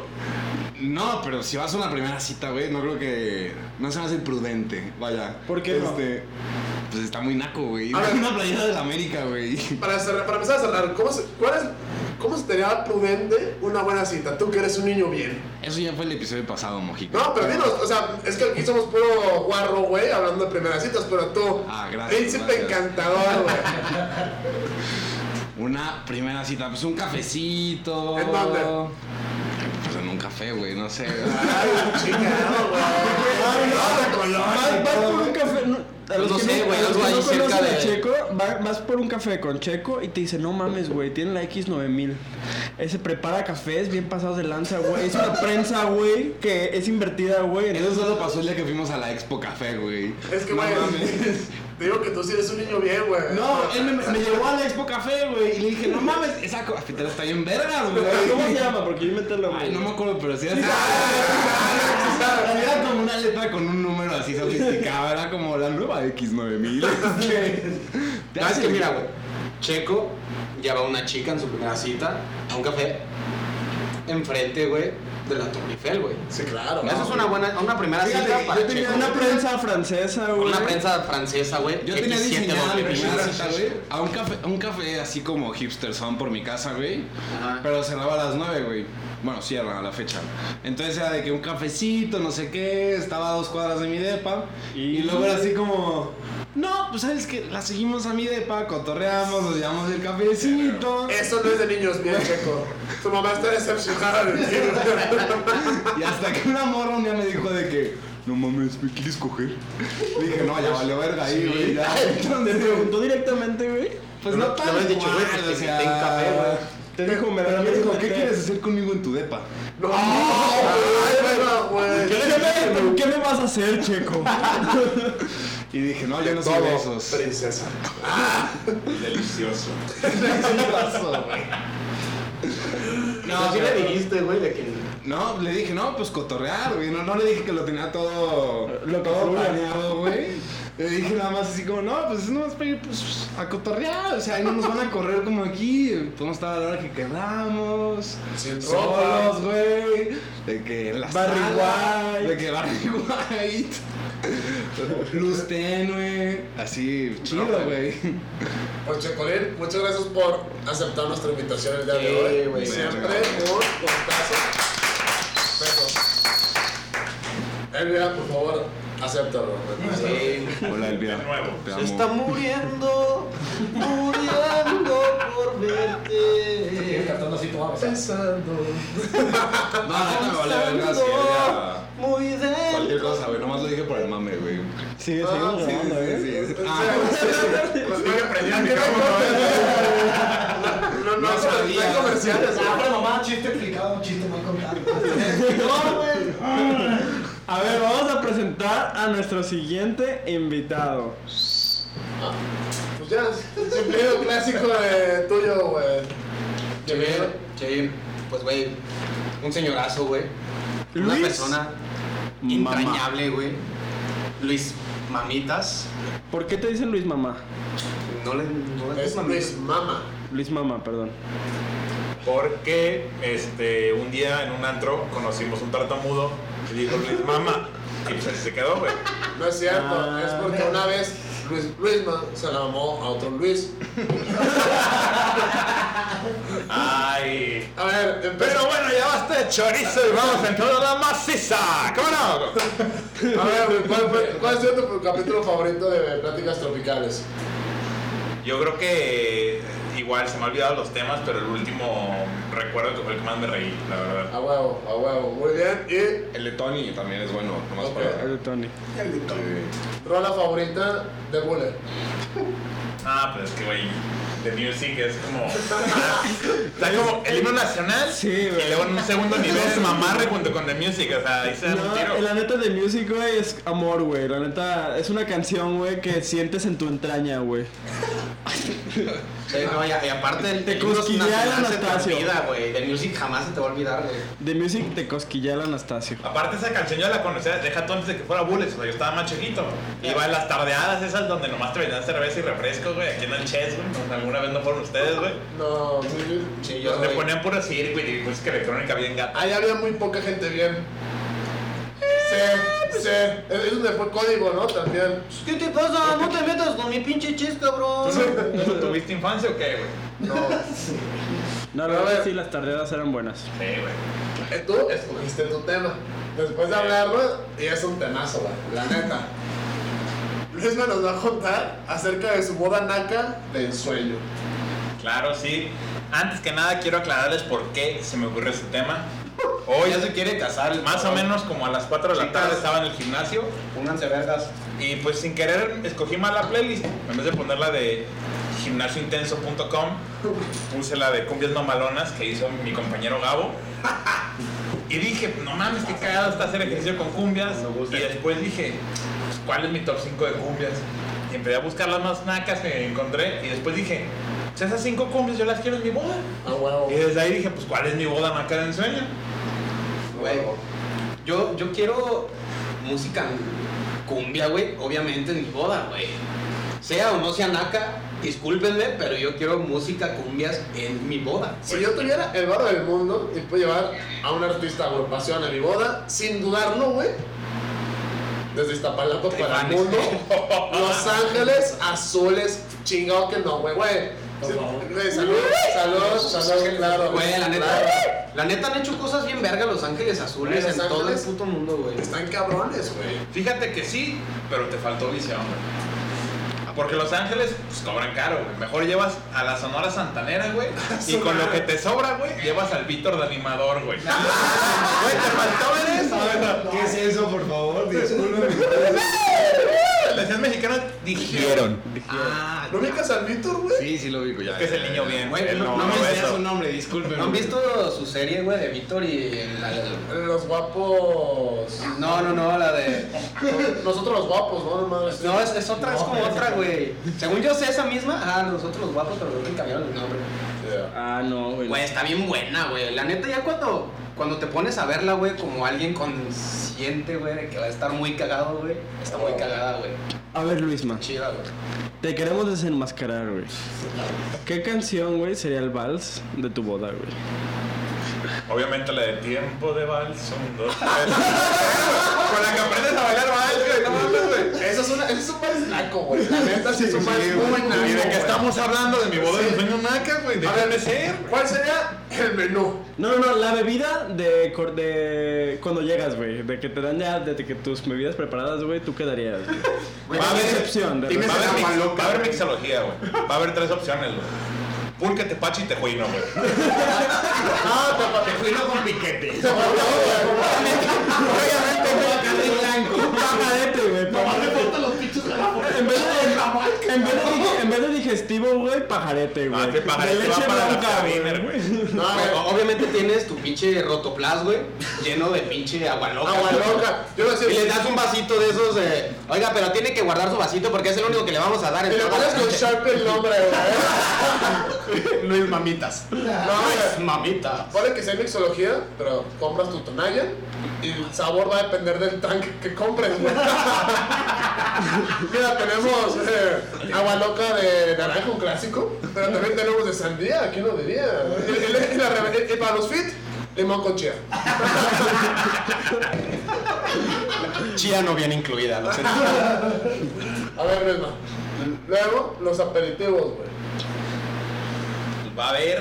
[SPEAKER 8] No, pero si vas a una primera cita, güey, no creo que. No se me hace prudente, vaya.
[SPEAKER 3] ¿Por qué no?
[SPEAKER 8] Este, Pues está muy naco, güey.
[SPEAKER 1] A ver.
[SPEAKER 8] una playera de la América, güey.
[SPEAKER 1] Para, cerrar- para empezar a cerrar, ¿cómo, se, cuál es, ¿cómo sería prudente una buena cita? Tú que eres un niño bien.
[SPEAKER 8] Eso ya fue el episodio pasado, Mojica.
[SPEAKER 1] No, pero dinos, o sea, es que aquí somos puro guarro, güey, hablando de primeras citas, pero tú,
[SPEAKER 8] Ah, gracias,
[SPEAKER 1] príncipe
[SPEAKER 8] gracias.
[SPEAKER 1] encantador, güey.
[SPEAKER 8] Una primera cita, pues un cafecito.
[SPEAKER 1] ¿En dónde?
[SPEAKER 8] Pues en un café, güey, no sé.
[SPEAKER 1] Ay, chingado, güey. Ay, no, de color.
[SPEAKER 3] Vas, vas por un café. no- a los
[SPEAKER 7] no
[SPEAKER 3] que
[SPEAKER 7] sé,
[SPEAKER 3] no,
[SPEAKER 7] güey,
[SPEAKER 3] a los
[SPEAKER 7] algo
[SPEAKER 3] que no
[SPEAKER 7] ahí cerca
[SPEAKER 3] conocen a
[SPEAKER 7] de-
[SPEAKER 3] Checo, va- vas por un café con Checo y te dice, no mames, güey, tiene la X9000. Ese prepara cafés bien pasados de lanza, güey. Es una prensa, güey, que es invertida, güey.
[SPEAKER 8] Eso solo pasó el día que fuimos a la Expo Café, güey.
[SPEAKER 1] Es que,
[SPEAKER 8] No
[SPEAKER 1] güey,
[SPEAKER 8] mames.
[SPEAKER 1] te digo que tú sí eres un niño bien, güey.
[SPEAKER 8] No, él me, me llevó a la Expo Café, güey. Y le dije, no mames, esa cafetera está bien verga,
[SPEAKER 3] ¿Cómo se
[SPEAKER 8] güey.
[SPEAKER 3] llama? Porque yo inventé el nombre.
[SPEAKER 8] Ay, no me acuerdo, pero sí era Era como una letra con un número así sofisticado, era como la nueva X9000.
[SPEAKER 7] No, es que mira, güey. Checo lleva a una chica en su primera cita a un café enfrente, güey, de la Torre Eiffel, güey.
[SPEAKER 1] Sí, claro.
[SPEAKER 7] Esa es una buena, una primera
[SPEAKER 8] Fíjate,
[SPEAKER 7] cita
[SPEAKER 8] yo
[SPEAKER 7] para
[SPEAKER 8] tenía
[SPEAKER 7] Checo.
[SPEAKER 3] Una prensa francesa,
[SPEAKER 7] Con
[SPEAKER 3] güey.
[SPEAKER 7] una prensa francesa, güey.
[SPEAKER 8] Yo tenía diseñada mi primera
[SPEAKER 7] X72000.
[SPEAKER 8] cita, güey, a un café, a un café así como hipster son por mi casa, güey.
[SPEAKER 7] Ajá.
[SPEAKER 8] Pero cerraba a las 9, güey. Bueno, cierran a la fecha. Entonces era de que un cafecito, no sé qué, estaba a dos cuadras de mi depa. Y, luego era así como. No, pues sabes que la seguimos a mi depa, cotorreamos, nos llevamos el cafecito.
[SPEAKER 1] Eso no es de niños bien, Checo. Tu mamá está decepcionada de ti, güey.
[SPEAKER 8] Y hasta que una morra un día me dijo de que, no mames, ¿me quieres coger? Le dije, no, ya valió verga ahí, güey, ya.
[SPEAKER 3] Te
[SPEAKER 8] Entonces,
[SPEAKER 3] preguntó directamente, güey.
[SPEAKER 8] pues no
[SPEAKER 7] Te
[SPEAKER 8] tan
[SPEAKER 7] habías dicho, güey,
[SPEAKER 8] igual,
[SPEAKER 7] pues,
[SPEAKER 8] o
[SPEAKER 7] te
[SPEAKER 8] sea,
[SPEAKER 7] invité un café, güey.
[SPEAKER 3] Te dijo, me
[SPEAKER 8] Pero me dijo,
[SPEAKER 3] meter".
[SPEAKER 8] ¿qué quieres hacer conmigo en tu depa?
[SPEAKER 1] No, ay, güey,
[SPEAKER 3] ¿Qué
[SPEAKER 1] güey.
[SPEAKER 3] me, ¿Qué me vas a hacer, Checo?
[SPEAKER 8] Y dije, no, yo no soy de
[SPEAKER 1] Todo,
[SPEAKER 8] esos.
[SPEAKER 1] princesa.
[SPEAKER 9] Delicioso.
[SPEAKER 8] Sí, pasó, güey.
[SPEAKER 7] No, sí le dijiste, güey, de que.
[SPEAKER 8] No, le dije, no, pues cotorrear, güey. No, no le dije que lo tenía todo, todo planeado, güey. Le dije nada más así como, no, pues es nomás para ir pues, a cotorrear. O sea, ahí no nos van a correr como aquí. Pues Podemos estar a la hora que quedamos.
[SPEAKER 1] Sin ropa.
[SPEAKER 8] Solos, güey. De que en la
[SPEAKER 6] Barry
[SPEAKER 8] sala,
[SPEAKER 6] White.
[SPEAKER 8] De que Barry White. Luz tenue. Así, chido, güey.
[SPEAKER 1] Pues Checolín, muchas gracias por aceptar nuestra invitación el día de hoy.
[SPEAKER 8] güey.
[SPEAKER 1] Siempre
[SPEAKER 8] Bueno.
[SPEAKER 1] un gustazo. Besos. Elvia, por favor, acéptalo.
[SPEAKER 8] Hola, Elvia. Te amo.
[SPEAKER 4] Se está muriendo, muriendo por
[SPEAKER 6] Sigue
[SPEAKER 4] verte.
[SPEAKER 6] cantando así como
[SPEAKER 1] Pensando.
[SPEAKER 8] No, no, no, vale, verga, sí, ya.
[SPEAKER 4] Muy de.
[SPEAKER 8] Cualquier cosa, güey. Nomás lo dije por el mame, güey.
[SPEAKER 3] Sigue,
[SPEAKER 1] Ah,
[SPEAKER 3] seguimos
[SPEAKER 1] sí,
[SPEAKER 3] grabando, ¿eh?
[SPEAKER 8] Sí, sí. Ah,
[SPEAKER 1] Pues voy a prender el micrófono. No, no, no,
[SPEAKER 8] sabía.
[SPEAKER 1] hay comerciales.
[SPEAKER 6] Ah, pero mamá, chiste explicado, un chiste mal contado. No, güey.
[SPEAKER 3] A ver, vamos a presentar a nuestro siguiente invitado.
[SPEAKER 1] Pues ya, cumplido clásico de tuyo, güey.
[SPEAKER 7] Jair, Jair, pues güey, un señorazo, güey. Una
[SPEAKER 3] Luis.
[SPEAKER 7] persona
[SPEAKER 3] Mamá.
[SPEAKER 7] entrañable, güey. Luis Mamitas.
[SPEAKER 3] ¿Por qué te dicen Luis Mamá?
[SPEAKER 7] No le. No le
[SPEAKER 1] Es Luis Mama.
[SPEAKER 3] Luis Mamá, perdón.
[SPEAKER 9] Porque este, un día en un antro conocimos un tartamudo y dijo Luis Mama. Y pues así se quedó, güey.
[SPEAKER 1] No es cierto, es porque una vez Luis Luisma se la mamó a otro Luis.
[SPEAKER 9] Ay.
[SPEAKER 1] A ver, empezó.
[SPEAKER 9] Pero bueno, ya basta de chorizo y vamos a entrar a la maciza. ¿Cómo no?
[SPEAKER 1] A ver, güey, ¿cuál, fue- cuál ha sido tu capítulo favorito de Pláticas Tropicales?
[SPEAKER 9] Yo creo que eh, igual se me han olvidado los temas, pero el último recuerdo que fue el que más me reí, la verdad.
[SPEAKER 1] A huevo, a huevo. Muy bien. ¿Y
[SPEAKER 8] El de Tony también es bueno, nomás
[SPEAKER 1] Ok.
[SPEAKER 8] para.
[SPEAKER 3] Habla Tony.
[SPEAKER 1] rola favorita de Bullet?
[SPEAKER 9] Ah, pues es que, güey, The Music es como. Está como el himno nacional
[SPEAKER 3] Sí, güey.
[SPEAKER 9] y luego en un segundo nivel se mamarre junto con The Music. O sea, ahí se da un
[SPEAKER 3] No, eh,
[SPEAKER 9] tiro.
[SPEAKER 3] la neta de Music, güey, es amor, güey. La neta, es una canción, güey, que sientes en tu entraña, güey.
[SPEAKER 7] Sí, no, y, a- y aparte el
[SPEAKER 3] Te
[SPEAKER 7] el himno
[SPEAKER 3] cosquillea el
[SPEAKER 7] nacional se te
[SPEAKER 3] Anastasio.
[SPEAKER 7] olvida, güey. El music jamás se te va a olvidar, güey.
[SPEAKER 3] De Music te cosquilla el Anastasio.
[SPEAKER 9] Aparte, esa canción yo la conocía, deja tú antes de que fuera Bullets, o sea, yo estaba más chiquito. Iba en las tardeadas esas donde nomás te vendían cerveza y refresco, güey, aquí en el Chess, güey. pues, Alguna vez no fueron ustedes, güey.
[SPEAKER 1] No, muy bien.
[SPEAKER 7] Sí, yo,
[SPEAKER 9] Donde
[SPEAKER 7] güey.
[SPEAKER 9] ponían pura güey, y pues que electrónica bien gata.
[SPEAKER 1] Ahí había muy poca gente bien. Sí, sí. Es donde fue código, ¿no? También.
[SPEAKER 4] ¿Qué te pasa? No te metas con mi pinche chis, cabrón.
[SPEAKER 9] ¿Tú no, tú no tuviste infancia o qué, güey?
[SPEAKER 1] No.
[SPEAKER 3] No, la
[SPEAKER 1] Pero a
[SPEAKER 3] verdad
[SPEAKER 1] ver.
[SPEAKER 3] sí, las tardeadas eran buenas.
[SPEAKER 9] Sí, güey.
[SPEAKER 1] Eh, Tú escogiste tu tema. Después de hablarlo, y es un temazo, güey, la neta. Luisma nos va a contar acerca de su boda naca de ensueño.
[SPEAKER 9] Claro, sí. Antes que nada quiero aclararles por qué se me ocurrió este tema. Hoy ya se quiere casar. Más o menos como a las 4 de la
[SPEAKER 7] Chicas.
[SPEAKER 9] tarde estaba en el gimnasio
[SPEAKER 7] Pónganse vergas.
[SPEAKER 9] y pues sin querer escogí mal la playlist. En vez de ponerla de gimnasiointenso.com, puse la de cumbias mamalonas que hizo mi compañero Gabo. Y dije, no mames, qué cagado está hacer ejercicio con cumbias. Y después dije, pues, ¿cuál es mi top 5 de cumbias? Y empecé a buscar las más nacas que encontré. Y después dije, pues esas 5 cumbias yo las quiero en mi boda.
[SPEAKER 1] A huevo.
[SPEAKER 9] Y desde ahí dije, pues ¿cuál es mi boda naca de ensueño?
[SPEAKER 7] Güey, yo, yo quiero música cumbia, güey, obviamente en mi boda, güey. Sea o no sea naca, discúlpenme, pero yo quiero música cumbias en mi boda.
[SPEAKER 1] Si yo tuviera el barro del mundo y puedo llevar a un artista de agrupación a mi boda, sin dudarlo, güey. Desde Iztapalapa para el
[SPEAKER 7] Caifanes.
[SPEAKER 1] mundo. Los Ángeles Azules, chingado que no, güey, güey. Sí, güey, Saludos, saludos, saludos, claro.
[SPEAKER 7] Güey, la
[SPEAKER 1] claro.
[SPEAKER 7] neta, la neta han hecho cosas bien verga Los Ángeles Azules
[SPEAKER 1] Güey, Los
[SPEAKER 7] en todo el
[SPEAKER 1] Ángeles.
[SPEAKER 7] puto mundo, güey.
[SPEAKER 1] Están cabrones, güey.
[SPEAKER 9] Fíjate que sí, pero te faltó visión, güey. Porque Los Ángeles pues, cobran caro, güey. Mejor llevas a la Sonora Santanera, güey. Y con lo que te sobra, güey, llevas al Víctor de animador, güey. Güey, te faltó ver eso, güey.
[SPEAKER 8] ¿Qué es eso, por favor? Disculpe.
[SPEAKER 9] Le decías mexicano, dijeron.
[SPEAKER 7] Ah,
[SPEAKER 1] ¿No ubicas al Víctor, güey?
[SPEAKER 8] Sí, sí lo digo ya. Eh,
[SPEAKER 9] Que es el niño bien,
[SPEAKER 7] Eh, Güey,
[SPEAKER 9] güey.
[SPEAKER 7] no- no me
[SPEAKER 9] no, no,
[SPEAKER 7] enseñas
[SPEAKER 9] eso.
[SPEAKER 8] su nombre, disculpe.
[SPEAKER 7] ¿No han visto su serie, güey, de Víctor y la
[SPEAKER 1] Los guapos.
[SPEAKER 7] No, no, no, la de...
[SPEAKER 1] Nosotros los guapos, ¿no? No mames.
[SPEAKER 7] No, es, es otra, es como otra, güey. Según yo sé esa misma, ah, nosotros los guapos, pero creo que cambiaron el nombre.
[SPEAKER 1] Yeah.
[SPEAKER 3] Ah, no, güey.
[SPEAKER 7] Güey, está bien buena, güey. La neta, ya cuando, cuando te pones a verla, güey, como alguien consciente, güey, de que va a estar muy cagado, güey, está muy cagada, güey.
[SPEAKER 3] A ver, Luisma,
[SPEAKER 7] Chida, güey.
[SPEAKER 3] te queremos desenmascarar, güey. ¿Qué canción, güey, sería el vals de tu boda, güey?
[SPEAKER 9] Obviamente la de tiempo de vals, un, dos, tres. Con la que aprendes a bailar vals, güey, no mames, güey.
[SPEAKER 1] Eso es, una, eso es un país naco, güey. La neta sí es un país muy naco.
[SPEAKER 9] ¿Y de
[SPEAKER 1] güey.
[SPEAKER 9] qué estamos hablando? De mi boda de sueño naca, güey.
[SPEAKER 1] A ver,
[SPEAKER 9] Déjame ser.
[SPEAKER 1] ¿Cuál sería el menú?
[SPEAKER 3] No, no, no, la bebida de, cor- de cuando llegas, güey. De que te dan ya, de que tus bebidas preparadas, güey, tú quedarías. güey.
[SPEAKER 9] Va a haber-
[SPEAKER 3] Excepción, de
[SPEAKER 9] Va
[SPEAKER 1] Tienes
[SPEAKER 9] a haber
[SPEAKER 1] esa
[SPEAKER 9] mix-
[SPEAKER 1] maloca.
[SPEAKER 9] va a haber mixología, güey. Va a haber tres opciones, güey. Pulque, tepache y tejuino, güey.
[SPEAKER 1] Ah, papá, te fui con piquete.
[SPEAKER 3] Obviamente, blanco. Pajarete, güey. pajarete.
[SPEAKER 6] los pinches de la
[SPEAKER 3] En vez de, en vez de, dig- en vez de digestivo, güey, pajarete, güey.
[SPEAKER 9] Ah, que
[SPEAKER 3] de
[SPEAKER 9] pajarete va
[SPEAKER 3] leche
[SPEAKER 9] para la
[SPEAKER 3] blanca,
[SPEAKER 9] cabiner,
[SPEAKER 3] güey.
[SPEAKER 9] güey.
[SPEAKER 1] No, a ver,
[SPEAKER 7] O- Obviamente tienes tu pinche rotoplas, güey, lleno de pinche agua loca.
[SPEAKER 1] agua loca. ah, Yo lo
[SPEAKER 7] Y le
[SPEAKER 1] decía.
[SPEAKER 7] das un vasito de esos, eh, oiga, pero tiene que guardar su vasito porque es el único que le vamos a dar.
[SPEAKER 1] Y le pones
[SPEAKER 7] entonces,
[SPEAKER 1] con
[SPEAKER 7] pinche-
[SPEAKER 1] Sharp el nombre, güey.
[SPEAKER 7] Luis Mamitas.
[SPEAKER 1] No, güey.
[SPEAKER 7] Mamita.
[SPEAKER 1] Puede que sea mixología, pero compras tu tonalla y el sabor va a depender del tanque que compres, güey. Mira, tenemos eh, agua loca de naranjo clásico, pero también tenemos de sandía, ¿quién lo diría? Y, y- y la re- y- y para los fit, limón con chía.
[SPEAKER 7] Chía no viene incluida, lo sé.
[SPEAKER 1] A ver, Resma. Luego, los aperitivos, güey.
[SPEAKER 9] Va a haber.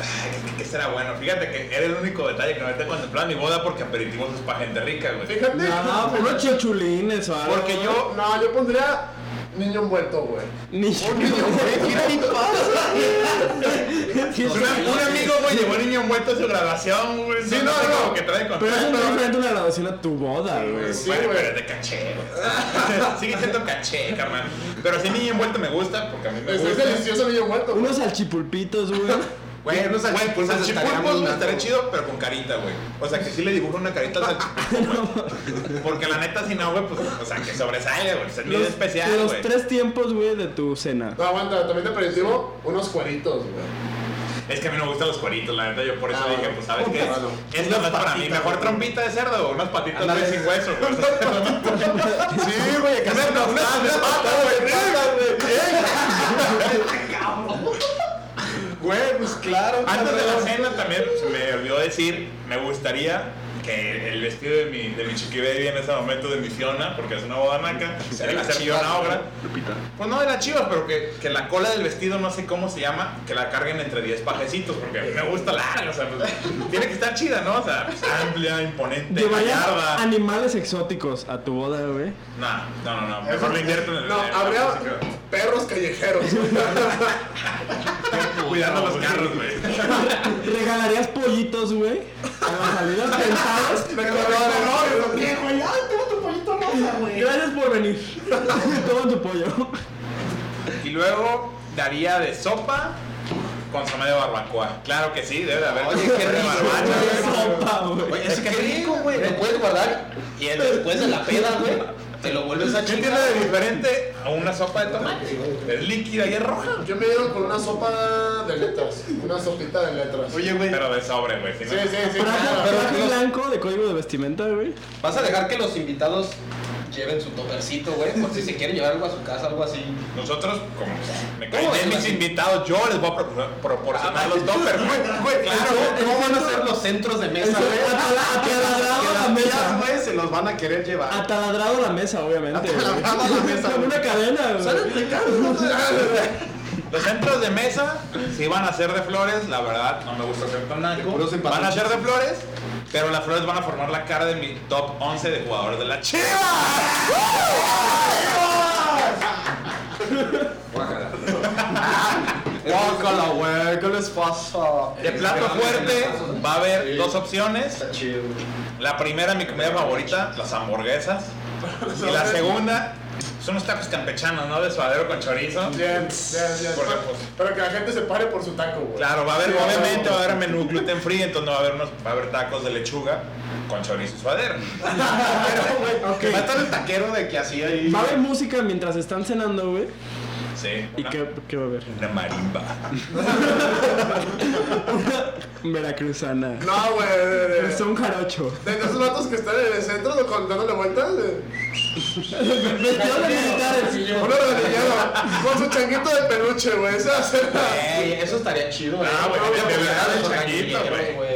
[SPEAKER 9] Ay, ¿qué- ¿Qué será bueno? Fíjate que era el único detalle que no había contemplado en mi boda porque aperitivos es para gente rica, güey.
[SPEAKER 1] Fíjate.
[SPEAKER 3] Ah, pues unos chichulines o algo.
[SPEAKER 9] Porque yo.
[SPEAKER 1] No, yo pondría niño envuelto, güey.
[SPEAKER 3] Ni
[SPEAKER 9] Un, un amigo, güey, llevó niño muerto a su graduación, güey.
[SPEAKER 1] Sí, no,
[SPEAKER 9] sé
[SPEAKER 1] no.
[SPEAKER 9] como Que trae
[SPEAKER 3] Pero es
[SPEAKER 9] contexto,
[SPEAKER 3] muy
[SPEAKER 9] güey.
[SPEAKER 3] diferente una graduación a tu boda, güey.
[SPEAKER 1] Sí,
[SPEAKER 9] bueno,
[SPEAKER 1] güey.
[SPEAKER 9] pero es de caché, güey. Sigue siendo caché, carnal. Pero si niño envuelto me gusta, porque a mí
[SPEAKER 3] Pues
[SPEAKER 9] me
[SPEAKER 1] Es, es
[SPEAKER 9] gusta.
[SPEAKER 1] delicioso niño envuelto. güey.
[SPEAKER 3] Unos salchipulpitos, güey.
[SPEAKER 9] Güey, unos
[SPEAKER 7] Güey,
[SPEAKER 9] salchipulpos,
[SPEAKER 7] pues,
[SPEAKER 9] salchipulpos,
[SPEAKER 7] estaría muy
[SPEAKER 9] güey, estaría
[SPEAKER 7] naco.
[SPEAKER 9] chido, pero con carita, güey. O sea, que sí le dibujo una carita al salchipulpo, güey. Porque la neta, si no, güey, pues, o sea, que sobresale, güey. Es mi
[SPEAKER 3] Los-
[SPEAKER 9] especial,
[SPEAKER 3] de
[SPEAKER 9] güey.
[SPEAKER 3] los tres tiempos, güey, de tu cena.
[SPEAKER 1] No, aguanta, también de aperitivo, unos cueritos, güey.
[SPEAKER 9] Es que a mí no me gustan los cueritos, la neta, yo por eso
[SPEAKER 1] Ah,
[SPEAKER 9] dije,
[SPEAKER 1] bueno.
[SPEAKER 9] pues, ¿sabes qué?
[SPEAKER 1] Ah, no.
[SPEAKER 9] Esto no es para mí. Mejor trompita de cerdo o unas patitas güey, sin hueso, güey. Sí, güey, que se nos de patas, güey.
[SPEAKER 7] Güey, pues claro.
[SPEAKER 9] Antes de la cena también se me olvidó decir, me gustaría que el vestido de mi, de mi chiqui baby en ese momento de mi Fiona, porque es una bodanaca, tiene que ser Fiona Ogra. Pues no de la chivas, pero que, que la cola del vestido, no sé cómo se llama, que la carguen entre 10 pajecitos, porque a mí me gusta larga, o sea, pues, tiene que estar chida, ¿no? O sea, pues, amplia, imponente,
[SPEAKER 3] Llevarías
[SPEAKER 9] gallarda.
[SPEAKER 3] animales exóticos a tu boda, güey.
[SPEAKER 9] Nah, no, no, no, mejor lo invierto en el
[SPEAKER 1] No,
[SPEAKER 9] en la
[SPEAKER 1] habría
[SPEAKER 9] música.
[SPEAKER 1] perros callejeros. güey.
[SPEAKER 9] Cuidando los carros, güey.
[SPEAKER 3] Regalarías pollitos, güey. A las salidas pensadas.
[SPEAKER 6] Oye, güey, ay, tengo tu pollito rosa, güey.
[SPEAKER 3] Gracias por venir. Toma tu pollo.
[SPEAKER 9] Y luego daría de sopa consomé de barbacoa. Claro que sí, debe de haber.
[SPEAKER 7] Oye,
[SPEAKER 9] consomé
[SPEAKER 7] qué
[SPEAKER 9] de
[SPEAKER 7] rico,
[SPEAKER 9] barbacoa,
[SPEAKER 7] güey.
[SPEAKER 3] Sopa, güey.
[SPEAKER 7] Oye, es que rico, güey. Lo puedes guardar y el- después de la peda, güey, te lo vuelves a
[SPEAKER 9] ¿Qué
[SPEAKER 7] chingar.
[SPEAKER 9] tiene de diferente a una sopa de tomate? Es líquida y es roja.
[SPEAKER 1] Yo me dieron con una sopa de letras. Una sopita de letras.
[SPEAKER 7] Oye, güey.
[SPEAKER 9] Pero de sobre, güey. si no-
[SPEAKER 1] Sí, sí, sí.
[SPEAKER 3] Traje,
[SPEAKER 1] claro.
[SPEAKER 3] traje blanco de código de vestimenta, güey.
[SPEAKER 7] Vas a dejar que los invitados lleven su topercito, güey, por si se quieren llevar algo a su casa, algo así.
[SPEAKER 9] Nosotros, como me caen
[SPEAKER 7] ¿Cómo es
[SPEAKER 9] bien mis
[SPEAKER 7] así?
[SPEAKER 9] invitados, yo les voy a pro- proporcionar los toppers, güey.
[SPEAKER 7] Güey, claro, ¿cómo van a ser los centros de mesa, güey?
[SPEAKER 3] Ataladrado la
[SPEAKER 7] Ya,
[SPEAKER 3] mesa.
[SPEAKER 7] güey, se los van a querer llevar.
[SPEAKER 3] Ataladrado la mesa, obviamente. güey.
[SPEAKER 7] Ataladrado la mesa,
[SPEAKER 3] Como una cadena, güey.
[SPEAKER 9] Los centros de mesa, si van a ser de flores, la verdad, no me gusta ser tan naco.
[SPEAKER 7] Puros empatados.
[SPEAKER 9] Van a ser de flores, pero las flores van a formar la cara de mi top 11 de jugadores de la Chivas.
[SPEAKER 7] Guácala, güey, ¿qué les pasa?
[SPEAKER 9] De plato fuerte va a haber dos opciones.
[SPEAKER 7] Chido.
[SPEAKER 9] La primera, mi comida favorita, las hamburguesas. Y la segunda, son unos tacos campechanos, ¿no? De suadero con chorizo.
[SPEAKER 1] Bien, bien, bien.
[SPEAKER 9] Porque, pues,
[SPEAKER 1] Pero que la gente se pare por su taco, güey.
[SPEAKER 9] Claro, va a haber,
[SPEAKER 1] Sí,
[SPEAKER 9] obviamente va a haber menú gluten free, entonces va a haber, unos, va a haber tacos de lechuga con chorizo y suadero.
[SPEAKER 7] Va a estar el taquero de que así ahí.
[SPEAKER 3] Va a haber música mientras están cenando, güey.
[SPEAKER 9] Sí.
[SPEAKER 3] ¿Y
[SPEAKER 9] una-
[SPEAKER 3] qué, qué va a haber?
[SPEAKER 9] Una marimba.
[SPEAKER 3] Veracruzana.
[SPEAKER 1] No, güey. de- de- de-
[SPEAKER 3] Son jarocho.
[SPEAKER 1] De esos vatos que están en el centro de- con- dándole vueltas. de- Uno rodillero. Con su changuito de peluche, güey. Ese va a ser la-
[SPEAKER 7] Ey, eso estaría chido, güey.
[SPEAKER 9] Ah, güey,
[SPEAKER 7] No,
[SPEAKER 9] de- de
[SPEAKER 7] güey,
[SPEAKER 9] verdad,
[SPEAKER 7] los
[SPEAKER 9] el changuito,
[SPEAKER 7] organilleros,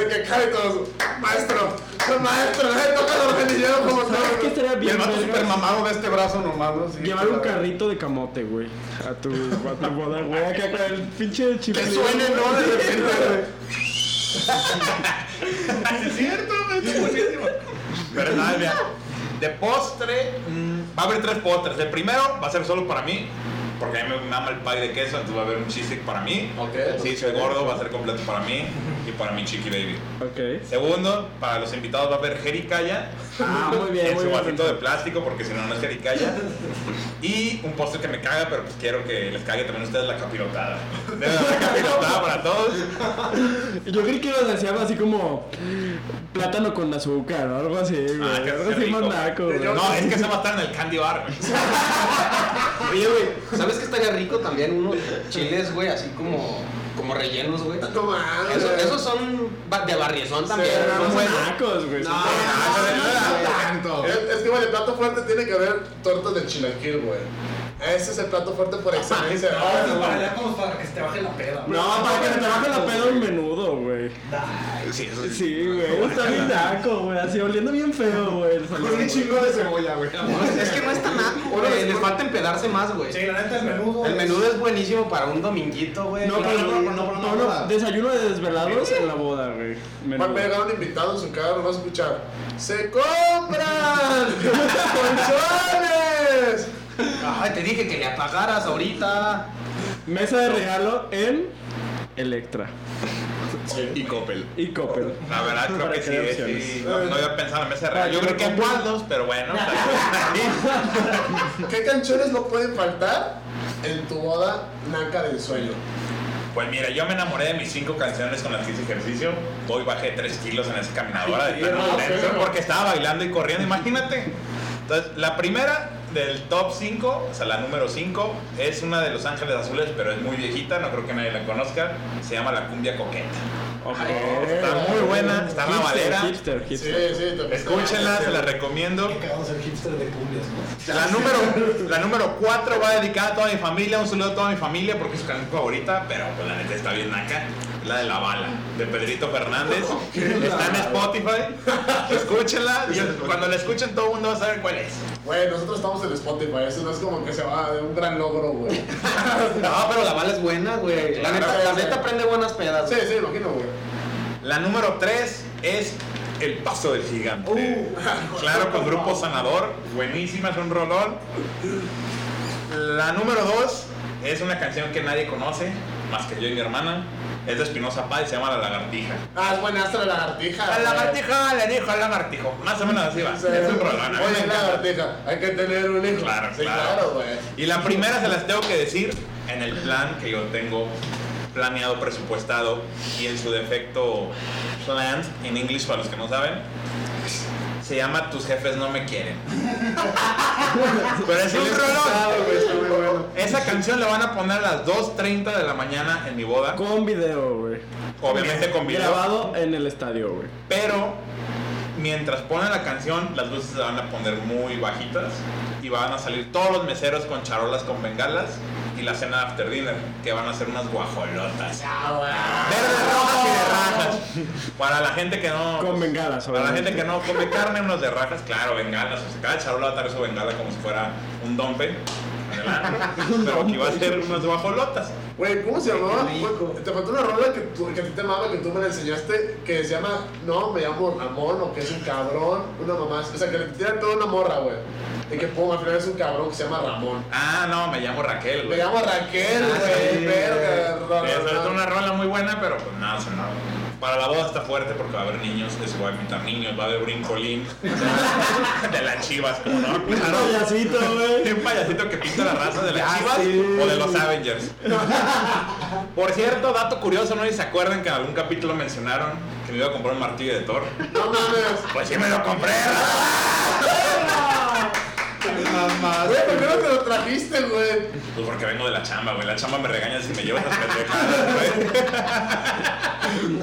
[SPEAKER 1] el que cae todo. Maestro. Maestro, le toca al organillero como
[SPEAKER 3] ¿Sabes qué
[SPEAKER 1] todo.
[SPEAKER 3] estaría
[SPEAKER 9] Y el
[SPEAKER 3] bien?
[SPEAKER 9] vato
[SPEAKER 3] verga?
[SPEAKER 9] super mamado de este brazo nomás, ¿no? Sí,
[SPEAKER 3] Llevar un
[SPEAKER 9] claro.
[SPEAKER 3] carrito de camote, güey. A tu, a tu boda, güey. Acá con el pinche chip.
[SPEAKER 1] Que suene, ¿no? De repente, güey.
[SPEAKER 9] Es cierto, güey, es buenísimo. Pero nada, mira, De postre, mm, va a haber tres postres. El primero va a ser solo para mí, porque a mí me mama el pie de queso, entonces va a haber un cheesecake para mí.
[SPEAKER 7] Ok.
[SPEAKER 9] Si soy gordo, va a ser completo para mí y para mi chiqui baby.
[SPEAKER 3] Ok.
[SPEAKER 9] Segundo, para los invitados va a haber jericaya.
[SPEAKER 3] Ah, muy bien,
[SPEAKER 9] en
[SPEAKER 3] muy
[SPEAKER 9] su
[SPEAKER 3] bien.
[SPEAKER 9] vasito de plástico, porque si no, no es jericaya. Y un postre que me caga, pero pues quiero que les cague también a ustedes la capirotada. Debe de haber capirotada para todos.
[SPEAKER 3] Yo creí que lo decía algo así como plátano con azúcar o algo así, güey.
[SPEAKER 9] Ah, qué
[SPEAKER 3] algo así
[SPEAKER 9] rico.
[SPEAKER 3] más naco, güey.
[SPEAKER 9] No, es que se va a estar en el candy bar, güey.
[SPEAKER 7] Oye, güey, ¿sabes que estaría rico también unos chiles, güey, así como, como rellenos, güey?
[SPEAKER 1] No mames.
[SPEAKER 7] Eso- esos son ba- de barriezón también,
[SPEAKER 1] Sí,
[SPEAKER 7] ¿no,
[SPEAKER 1] no,
[SPEAKER 7] güey?
[SPEAKER 3] nacos, güey.
[SPEAKER 7] No,
[SPEAKER 1] tanto. Es, es que, güey, el plato fuerte tiene que haber tortas de chilaquil, güey. Ese es el plato fuerte por excelencia.
[SPEAKER 7] Ah,
[SPEAKER 5] Ahora sí, para allá como para que se te baje la peda. güey.
[SPEAKER 3] No, para que te baje la pedo un menudo, güey. Sí, güey. Está bien naco, güey. Así oliendo bien feo, güey. el salón, güey.
[SPEAKER 8] de cebolla, güey.
[SPEAKER 7] Es que no es tan naco, güey. Les falta empedarse más, güey.
[SPEAKER 5] Sí, la neta el menudo.
[SPEAKER 7] El menudo es buenísimo para un dominguito, güey.
[SPEAKER 3] No, pero no, no, no, no. Desayuno de desvelados en la boda, güey. Menudo.
[SPEAKER 1] Va a llegar un invitado en su carro, va a escuchar. ¡Se compran! ¡Colchones!
[SPEAKER 7] Ay, te dije que le apagaras ahorita.
[SPEAKER 3] Mesa de regalo en Electra
[SPEAKER 9] Y Coppel.
[SPEAKER 3] y Coppel.
[SPEAKER 9] La verdad creo
[SPEAKER 3] Para
[SPEAKER 9] que sí,
[SPEAKER 3] crear
[SPEAKER 9] eh, sí.
[SPEAKER 3] opciones. Ah,
[SPEAKER 9] No, no había pensado en mesa de regalo. Yo creo que en Waldos, pero bueno.
[SPEAKER 1] ¿Qué canciones no pueden faltar en tu boda naca de ensueño?
[SPEAKER 9] Pues mira, yo me enamoré de mis cinco canciones con las que hice ejercicio. Hoy bajé 3 kilos en esa caminadora de tan intenso porque estaba bailando y corriendo, imagínate. Entonces, la primera del top 5, o sea, la número 5, es una de Los Ángeles Azules, pero es muy viejita, no creo que nadie la conozca. Se llama La Cumbia Coqueta. Está muy buena, está en la valera.
[SPEAKER 3] Hipster, hipster,
[SPEAKER 1] Sí,
[SPEAKER 3] hipster.
[SPEAKER 1] sí, te
[SPEAKER 9] Escúchenla, se la recomiendo. La número, la número 4 va dedicada a toda mi familia, un saludo a toda mi familia porque es su canción favorita, pero pues, la neta está bien acá. La de la bala, de Pedrito Fernández. Está en Spotify. Escúchenla. y cuando la escuchen todo el mundo va a saber cuál es.
[SPEAKER 1] Güey, nosotros estamos en Spotify, eso no es como que se va de un gran logro, güey. Sí,
[SPEAKER 7] No, pero la bala es buena, güey. La neta, la neta prende buenas pedas. güey.
[SPEAKER 1] sí, imagino, güey.
[SPEAKER 9] La número 3 es El Paso del Gigante. claro, con Grupo Sanador. Buenísima, es un rolón. La número 2 es una canción que nadie conoce, más que yo y mi hermana. Es de Espinosa Paz y se llama La Lagartija.
[SPEAKER 1] Ah, es buena hasta la lagartija.
[SPEAKER 9] Al
[SPEAKER 1] güey.
[SPEAKER 9] lagartija le dijo al lagartijo. Más o menos así va.
[SPEAKER 1] Sí.
[SPEAKER 9] Es un rolón. a mí me
[SPEAKER 1] Oye,
[SPEAKER 9] encanta.
[SPEAKER 1] lagartija, hay que tener un hijo.
[SPEAKER 9] Claro,
[SPEAKER 1] sí,
[SPEAKER 9] claro.
[SPEAKER 1] claro, güey.
[SPEAKER 9] Y la primera se las tengo que decir en el plan que yo tengo planeado, presupuestado y en su defecto planned en inglés para los que no saben. Se llama Tus jefes no me quieren. Pero es un rolón. Esa canción la van a poner a las 2.30 de la mañana en mi boda.
[SPEAKER 3] Con video, güey.
[SPEAKER 9] Obviamente con video.
[SPEAKER 3] Grabado en el estadio, güey.
[SPEAKER 9] Pero mientras ponen la canción, las luces se van a poner muy bajitas y van a salir todos los meseros con charolas con bengalas y la cena de after dinner, que van a ser unas guajolotas.
[SPEAKER 5] Ah,
[SPEAKER 9] Verdes, rojas y de rajas. Para la gente que no.
[SPEAKER 3] Con bengalas,
[SPEAKER 9] Para la
[SPEAKER 3] obviamente.
[SPEAKER 9] gente que no come carne, unos de rajas, claro, bengalas. O sea, cada charola va a traer su bengala como si fuera un dompe. Adelante. Pero aquí va a ser unas guajolotas.
[SPEAKER 1] Güey, ¿cómo se llamaba? Güey, Te faltó una rola que, tú- que a ti te amaba, que tú me la enseñaste, que se llama No, me llamo Ramón, o que es un cabrón, una mamá. así. O sea, que le tiran toda una morra, güey. Y que, pum, al final es un cabrón que se llama Ramón.
[SPEAKER 9] Ah, no, me llamo Raquel.
[SPEAKER 1] Me
[SPEAKER 9] güey.
[SPEAKER 1] llamo Raquel, güey. verga, ra- ra-
[SPEAKER 9] Ah, Esa es
[SPEAKER 1] ra-
[SPEAKER 9] una rola muy buena, pero pues nada, se nada. Para la boda está fuerte porque va a haber niños, eso va a invitar niños, va a haber brincolín de las chivas, como no, claro.
[SPEAKER 3] Payasito, güey.
[SPEAKER 9] Y un payasito que pinta la raza de las chivas o de los Avengers. Por cierto, dato curioso, no sé si se acuerdan que en algún capítulo mencionaron que me iba a comprar un martillo de Thor.
[SPEAKER 1] No mames.
[SPEAKER 9] Pues sí me lo compré.
[SPEAKER 1] Güey, ¿por qué no te lo trajiste, güey?
[SPEAKER 9] Pues porque vengo de la chamba, güey. La chamba me regaña si me llevo esas pendejadas, güey.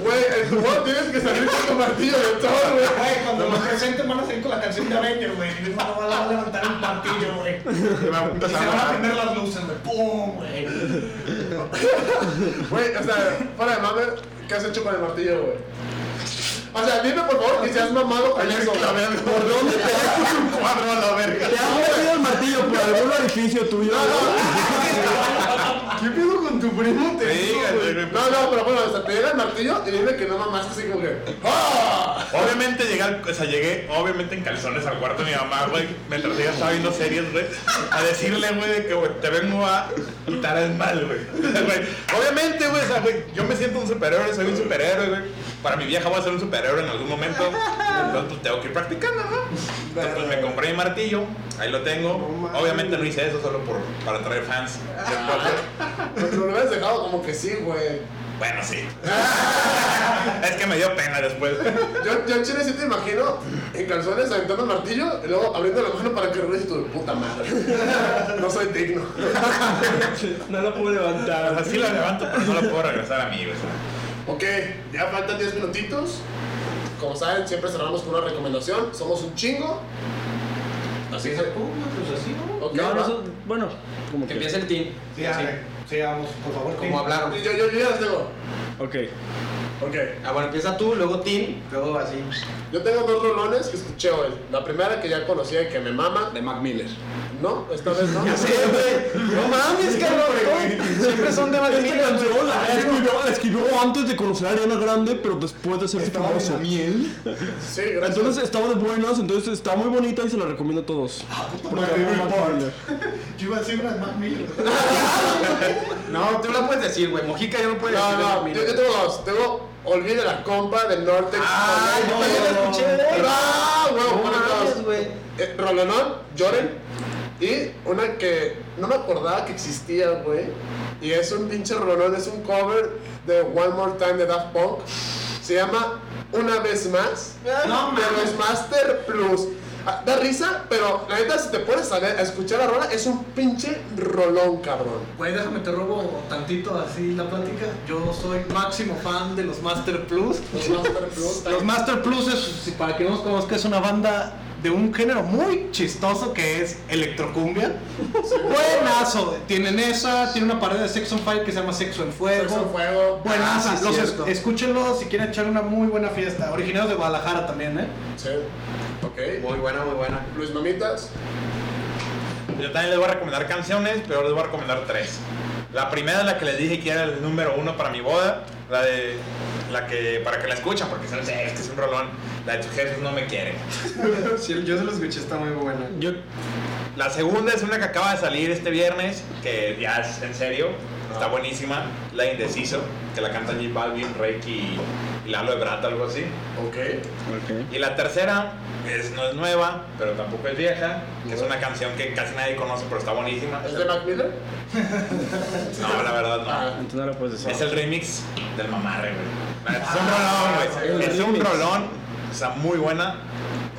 [SPEAKER 1] Güey, en tu voz tienes que salir con tu martillo de Thor, güey.
[SPEAKER 6] Güey, cuando me presenten van a salir con la canción de Avenger, güey. Y van a levantar un martillo, güey.
[SPEAKER 9] Se va a
[SPEAKER 6] Y se
[SPEAKER 9] empezar
[SPEAKER 6] van a
[SPEAKER 9] a-
[SPEAKER 6] prender las luces, güey. ¡Pum, güey!
[SPEAKER 1] Güey, o sea, fuera de mame, ¿qué has hecho con el martillo, güey? O sea, dime por favor que seas mamado con eso.
[SPEAKER 3] ¿Por dónde te has
[SPEAKER 1] un cuadro a la verga.
[SPEAKER 3] ¿Te has metido el martillo por algún orificio tuyo?
[SPEAKER 1] ¿Qué pedo con tu primo? Te
[SPEAKER 9] Sí,
[SPEAKER 1] digo, güey.
[SPEAKER 9] güey.
[SPEAKER 1] No, no, pero bueno, o sea, te llega el martillo y dime que no mamaste así como que. ¡Ah!
[SPEAKER 9] Obviamente llegué, al- o sea, llegué obviamente en calzones al cuarto de mi mamá, güey, mientras ella estaba viendo series, güey, a decirle, güey, de que, güey, te vengo a quitar el mal, güey. O sea, güey, Obviamente, güey, o sea, güey, yo me siento un superhéroe, soy un superhéroe, güey. Para mi vieja voy a ser un superhéroe en algún momento. Entonces, pues tengo que ir practicando, ¿no? Entonces, pues me compré mi martillo, ahí lo tengo. Obviamente no hice eso solo por, para traer fans.
[SPEAKER 1] Pero pues, lo hubieras dejado como que sí, güey.
[SPEAKER 9] Bueno, sí. Es que me dio pena después.
[SPEAKER 1] Yo, yo en Chile sí te imagino en calzones aventando el martillo y luego abriendo la mano para que regrese y tu puta madre. No soy digno.
[SPEAKER 3] No lo pude levantar.
[SPEAKER 9] Así la levanto, pero no la puedo regresar a mí, güey.
[SPEAKER 1] Ok, ya faltan 10 minutitos. Como saben, siempre cerramos con una recomendación. Somos un chingo.
[SPEAKER 7] Así es tú, pues así, ¿no?
[SPEAKER 1] Ok,
[SPEAKER 3] No,
[SPEAKER 1] va.
[SPEAKER 3] no, so- bueno, como
[SPEAKER 7] Que
[SPEAKER 3] que.
[SPEAKER 7] empiece el team.
[SPEAKER 6] Sí, ándale. sí, vamos, por favor.
[SPEAKER 7] Como hablaron.
[SPEAKER 1] yo, yo, yo ya las tengo.
[SPEAKER 3] Ok.
[SPEAKER 1] Ok.
[SPEAKER 7] Ah, bueno, empieza tú, luego team, luego así.
[SPEAKER 1] Yo tengo dos rolones que escuché hoy. La primera que ya conocía y que me mama.
[SPEAKER 8] De Mac Miller.
[SPEAKER 1] No, esta vez no.
[SPEAKER 7] No mames, cabrón. Siempre son de Mac
[SPEAKER 3] Esta Este canción la escribió, la escribió antes de conocer a Ariana Grande, pero después de ser famoso.
[SPEAKER 8] miel.
[SPEAKER 1] Sí, gracias.
[SPEAKER 3] Entonces estaba de buenos, entonces está muy bonita y se la recomiendo a todos.
[SPEAKER 6] Mac Miller. Yo iba a decir una de Mac Miller.
[SPEAKER 7] No, tú la puedes decir, güey. Mojica yo no puedo decir.
[SPEAKER 1] no,
[SPEAKER 7] de Mac
[SPEAKER 1] no, yo,
[SPEAKER 7] Miller.
[SPEAKER 1] yo tengo dos. Tengo Olvide la compa del norte.
[SPEAKER 7] Ah, yo también la escuché.
[SPEAKER 1] ¡Ah, huevo!
[SPEAKER 7] No
[SPEAKER 1] ponen
[SPEAKER 7] mames,
[SPEAKER 1] dos.
[SPEAKER 7] güey.
[SPEAKER 1] Eh, Rolonón, Lloren. Y una que no me acordaba que existía, güey. Y es un pinche rolonón, es un cover de One More Time de Daft Punk. Se llama Una vez más.
[SPEAKER 7] No
[SPEAKER 1] de
[SPEAKER 7] mames.
[SPEAKER 1] los Master Plus. Ah, Da risa, pero la neta, si te pones a, ver- a escuchar la rola, es un pinche rolón, cabrón.
[SPEAKER 5] Güey, déjame te robo tantito así la plática. Yo soy máximo fan de los Master Plus.
[SPEAKER 1] Los Master Plus.
[SPEAKER 5] Los Master Plus, es, si- para que no nos conozca, es una banda de un género muy chistoso que es electrocumbia. Buenazo. Tienen esa, tienen una pared de Sex on Fire que se llama Sexo en Fuego.
[SPEAKER 1] Sexo en Fuego.
[SPEAKER 5] Buenazo.
[SPEAKER 1] Ah, sí,
[SPEAKER 5] Los es-
[SPEAKER 1] cierto.
[SPEAKER 5] escúchenlo si quieren echar una muy buena fiesta. Originarios de Guadalajara también, ¿eh?
[SPEAKER 1] Sí. Ok.
[SPEAKER 7] Muy buena, muy buena.
[SPEAKER 1] Luis Mamitas.
[SPEAKER 9] Yo también les voy a recomendar canciones, pero les voy a recomendar tres. La primera es la que les dije que era el número uno para mi boda, la de la que para que la escuchen, porque son, "Eh, este es un rolón. La de tus jefes no me quieren.
[SPEAKER 4] Sí, yo se lo escuché, está muy buena.
[SPEAKER 3] Yo,
[SPEAKER 9] La segunda es una que acaba de salir este viernes, que ya es en serio, está buenísima, La de Indeciso, que la cantan J Balvin, Reiki y- y Lalo Ebrat, algo así.
[SPEAKER 1] Ok.
[SPEAKER 9] Y la tercera es, no es nueva, pero tampoco es vieja, que es una canción que casi nadie conoce, pero está buenísima.
[SPEAKER 1] ¿Es de Mac Miller?
[SPEAKER 9] No, la verdad no.
[SPEAKER 1] Ah,
[SPEAKER 3] entonces no la puedes
[SPEAKER 9] Es
[SPEAKER 3] decir.
[SPEAKER 9] el remix del mamarre, güey. Es un rolón, güey.
[SPEAKER 3] el
[SPEAKER 9] Es un
[SPEAKER 3] remix.
[SPEAKER 9] rolón. Está muy buena.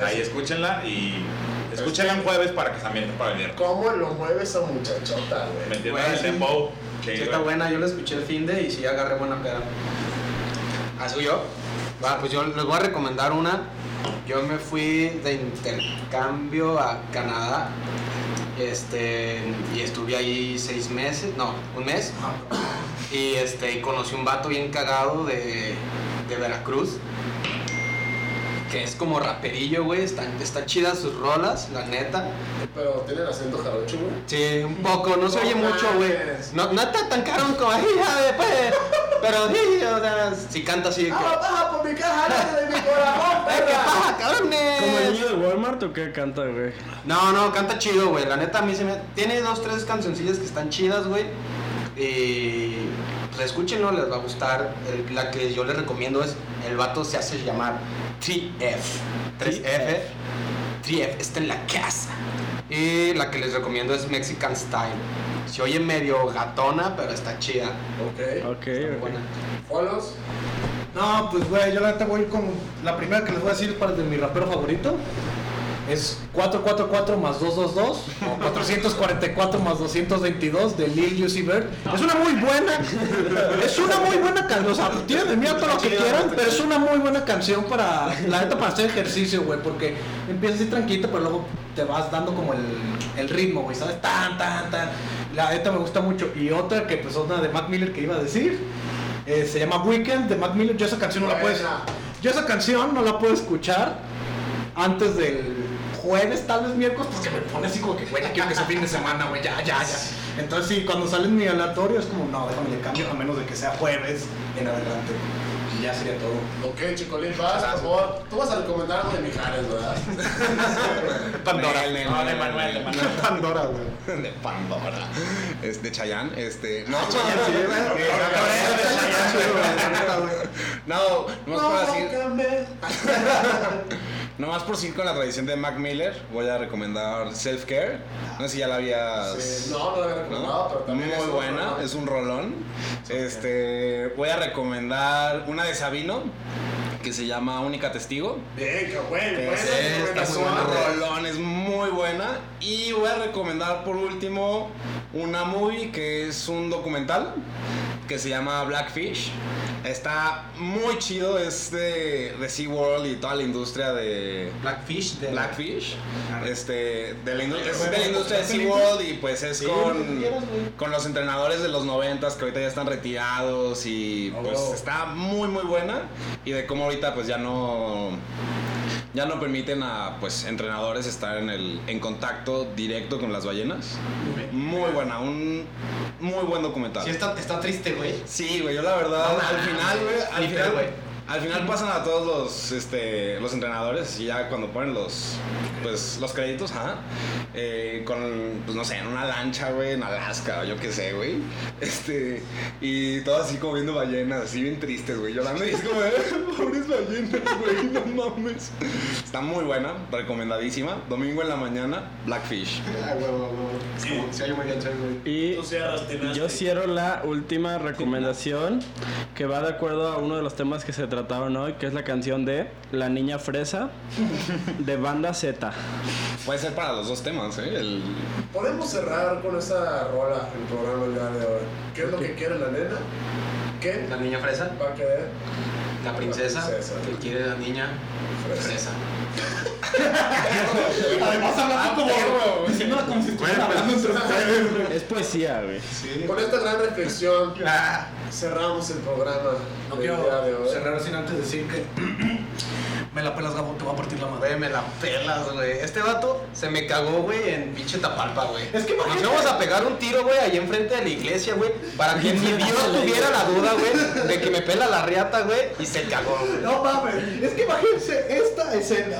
[SPEAKER 9] Ahí escúchenla y escúchenla en jueves para que se ambienten para el viernes.
[SPEAKER 1] ¿Cómo lo mueve esa muchachota, güey?
[SPEAKER 9] ¿Me entiendes?
[SPEAKER 7] Güey,
[SPEAKER 9] El
[SPEAKER 7] sí.
[SPEAKER 9] dembow. Sí,
[SPEAKER 7] Sí, está
[SPEAKER 9] güey.
[SPEAKER 7] buena, yo la escuché el fin de y sí agarré buena peda. ¿Así ¿Ah, yo? Va, pues yo les voy a recomendar una. Yo me fui de intercambio a Canadá. Este, y estuve ahí seis meses, no, un mes. Y este, y conocí un vato bien cagado de, de Veracruz. Que es como raperillo, güey. Están, están chidas sus rolas, la neta.
[SPEAKER 1] Pero tiene el acento jarocho, güey.
[SPEAKER 7] Sí, un poco, no se
[SPEAKER 1] No
[SPEAKER 7] oye mucho, güey.
[SPEAKER 1] mames.
[SPEAKER 7] No, no está tan caro como ahí, después. Pero sí, o sea, si canta así. de que,
[SPEAKER 1] ¡Ah, baja por mi caja lata de mi corazón,
[SPEAKER 7] "Eh, ¿Qué
[SPEAKER 1] perra!
[SPEAKER 7] pasa, cabrones?"
[SPEAKER 3] ¿Como el niño de Walmart o qué canta, güey?
[SPEAKER 7] No, no, canta chido, güey. La neta a mí se me. Tiene dos, tres cancioncillas que están chidas, güey. Y. Pues escúchenlo, les va a gustar. El- la que yo les recomiendo es El vato se hace llamar 3F. 3F. 3F, está en la casa. Y la que les recomiendo es Mexican Style. Se oye medio gatona, pero está chida.
[SPEAKER 1] Ok.
[SPEAKER 3] Ok,
[SPEAKER 7] Está muy
[SPEAKER 3] ok.
[SPEAKER 7] buena.
[SPEAKER 1] Follows.
[SPEAKER 5] No, pues güey, yo la neta voy con la primera que les voy a decir para de mi rapero favorito. Es 444 más 222 o 444 más 222 de Lil Uzi Vert. Es una muy buena, es una muy buena canción. O sea, tienen de mí a todo lo que quieran, pero es una muy buena canción para, la neta, para hacer ejercicio, güey. Porque empiezas así tranquilo, pero luego te vas dando como el, el ritmo, güey, ¿sabes? Tan, tan, tan. La neta me gusta mucho. Y otra que, pues, una de Mac Miller que iba a decir. eh, se llama Weekend de Mac Miller. Yo esa canción no la puedo
[SPEAKER 1] Buena.
[SPEAKER 5] Yo esa canción no la puedo escuchar antes del jueves, tal vez miércoles, porque me pone así como que, güey, ya quiero que sea fin de semana, güey, ya, ya, ya. Entonces, sí, cuando sale en mi aleatorio es como, no, déjame le cambio, a menos de que sea jueves en adelante. Y ya sería todo.
[SPEAKER 1] Ok, Chicolín, vas, por favor. Tú vas a recomendar algo de Mijares, ¿verdad?
[SPEAKER 10] Pandora.
[SPEAKER 9] No, de Manuel, de Manuel.
[SPEAKER 10] Pandora, güey. De Pandora. Es de Chayanne, este. No, Chayanne, sí,
[SPEAKER 5] eh,
[SPEAKER 10] güey. No, no más por decir. Nomás por seguir con la tradición de Mac Miller, voy a recomendar Self Care. No sé si ya la habías.
[SPEAKER 1] Sí, no, no lo había recomendado, pero también
[SPEAKER 10] Muy
[SPEAKER 1] es otro,
[SPEAKER 10] buena,
[SPEAKER 1] ¿no?
[SPEAKER 10] es un rolón. Este, voy a recomendar una de Sabino que se llama Única Testigo.
[SPEAKER 1] Bien, qué bueno, buena
[SPEAKER 10] Es, es un
[SPEAKER 1] recomendación.
[SPEAKER 10] rolón, es muy buena. Y voy a recomendar por último una movie que es un documental que se llama Blackfish. Está muy chido, es de, de SeaWorld y toda la industria de,
[SPEAKER 7] Blackfish de
[SPEAKER 10] Blackfish, este, de la, indu- es
[SPEAKER 11] pues,
[SPEAKER 10] de la industria de SeaWorld y pues es con, con los entrenadores de los noventas que ahorita ya están retirados y
[SPEAKER 11] Oh,
[SPEAKER 10] pues está muy muy buena y de cómo ahorita pues ya no ya no permiten a pues entrenadores estar en el en contacto directo con las ballenas. Muy buena, un muy buen documental.
[SPEAKER 11] Sí, está, está triste, güey.
[SPEAKER 10] Sí, güey, yo la verdad,
[SPEAKER 11] No
[SPEAKER 10] al
[SPEAKER 11] mames,
[SPEAKER 10] final, güey, al
[SPEAKER 11] sí,
[SPEAKER 10] final,
[SPEAKER 11] güey.
[SPEAKER 10] Al final pasan a todos los, este, los entrenadores y ya cuando ponen los, pues, los créditos, ajá, eh, con, pues, no sé, en una lancha, güey, en Alaska, yo qué sé, güey, este, y todo así como viendo ballenas, así bien tristes, güey, llorando y es como, eh, pobres ballenas, güey, no mames. Está muy buena, recomendadísima, domingo en la mañana, Blackfish.
[SPEAKER 3] Y
[SPEAKER 12] Tú cierras, tienes.
[SPEAKER 3] yo cierro la última recomendación que va de acuerdo a uno de los temas que se trataron hoy, que es la canción de La Niña Fresa de Banda Z.
[SPEAKER 10] Puede ser para los dos temas, eh, el...
[SPEAKER 1] Podemos cerrar con esa rola el programa ya de hoy. ¿Qué es lo que quiere la nena? ¿Qué
[SPEAKER 7] La niña fresa,
[SPEAKER 1] va a querer?
[SPEAKER 7] la princesa,
[SPEAKER 1] La princesa.
[SPEAKER 7] que quiere la niña fresa.
[SPEAKER 6] Además,
[SPEAKER 5] Ah,
[SPEAKER 6] hablando como. Diciéndola como si estuviera hablando entre ustedes, güey.
[SPEAKER 3] Es poesía, güey.
[SPEAKER 1] Con esta gran reflexión Ah. cerramos el programa
[SPEAKER 5] No
[SPEAKER 1] del
[SPEAKER 5] quiero
[SPEAKER 1] día de hoy.
[SPEAKER 5] cerrar eh. sin antes decir que me la pelas, Gabo, te voy a partir la madre.
[SPEAKER 7] Güey, me la pelas, güey. Este vato se me cagó, güey, en pinche Tapalpa, güey.
[SPEAKER 6] Es que
[SPEAKER 7] Nos
[SPEAKER 6] imagínate-
[SPEAKER 7] íbamos a pegar un tiro, güey, ahí enfrente de la iglesia, güey. Para que ni Dios tuviera la duda, güey, de que me pela la riata, güey. Y se cagó, güey.
[SPEAKER 6] No mames, es que imagínense esta escena.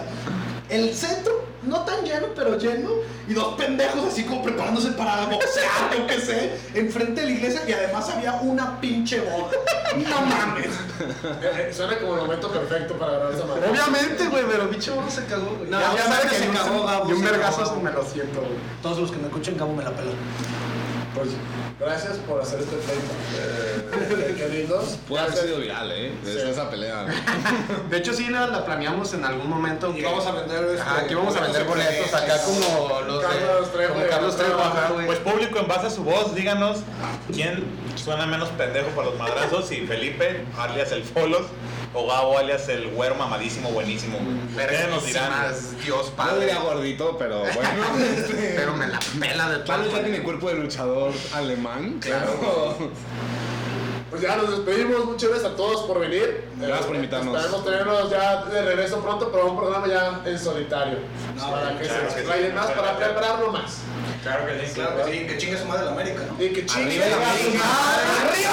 [SPEAKER 6] El centro, no tan lleno, pero lleno, y dos pendejos así como preparándose para boxear, yo qué sé, enfrente de la iglesia, y además había una pinche boda. No mames.
[SPEAKER 1] Eh, eh, Suena como el momento perfecto para grabar esa madre.
[SPEAKER 7] Obviamente, güey, pero pinche no se cagó, güey.
[SPEAKER 5] No, ya sabe que se cagó, Gabo,
[SPEAKER 7] Y un
[SPEAKER 5] se
[SPEAKER 7] vergazo
[SPEAKER 5] cagó.
[SPEAKER 7] me lo siento, güey.
[SPEAKER 5] Todos los que me escuchen, Gabo, me la pelan.
[SPEAKER 1] Pues, gracias por hacer este tema. Eh, qué lindos.
[SPEAKER 10] Puede haber
[SPEAKER 1] Gracias.
[SPEAKER 10] sido viral, eh, desde
[SPEAKER 1] Sí.
[SPEAKER 10] esa pelea.
[SPEAKER 7] De hecho, sí la, la planeamos en algún momento.
[SPEAKER 1] Y
[SPEAKER 7] que-
[SPEAKER 1] vamos a vender. este,
[SPEAKER 7] Ajá, que vamos a vender boletos acá como los de-
[SPEAKER 1] Carlos Trejo
[SPEAKER 7] como
[SPEAKER 1] y
[SPEAKER 7] Carlos Trejo,
[SPEAKER 1] Arturo.
[SPEAKER 7] ajá, güey.
[SPEAKER 9] Pues público, en base a su voz, díganos quién suena menos pendejo para los madrazos, si Felipe, alias el Folos, o Gabo, alias el güero mamadísimo, buenísimo. Ustedes nos dirán.
[SPEAKER 7] Verguísimas, Dios
[SPEAKER 10] Yo
[SPEAKER 7] padre.
[SPEAKER 10] diría gordito, pero bueno.
[SPEAKER 7] Pero me la pela de
[SPEAKER 10] Tal
[SPEAKER 7] palo.
[SPEAKER 10] vez ya tiene cuerpo de luchador alemán. Claro.
[SPEAKER 1] Pues ya nos despedimos, muchas gracias a todos por venir. Eh,
[SPEAKER 10] Gracias por invitarnos.
[SPEAKER 1] Esperemos tenernos ya de regreso pronto, pero un programa ya en solitario. para que
[SPEAKER 9] claro que
[SPEAKER 1] se
[SPEAKER 9] sí.
[SPEAKER 1] explayen más, para prepararlo más.
[SPEAKER 9] Claro que sí.
[SPEAKER 1] Claro que sí,
[SPEAKER 7] que chingue su madre la América, ¿no?
[SPEAKER 1] Y que chingue
[SPEAKER 10] Arriba la
[SPEAKER 1] a su
[SPEAKER 10] América.
[SPEAKER 1] madre.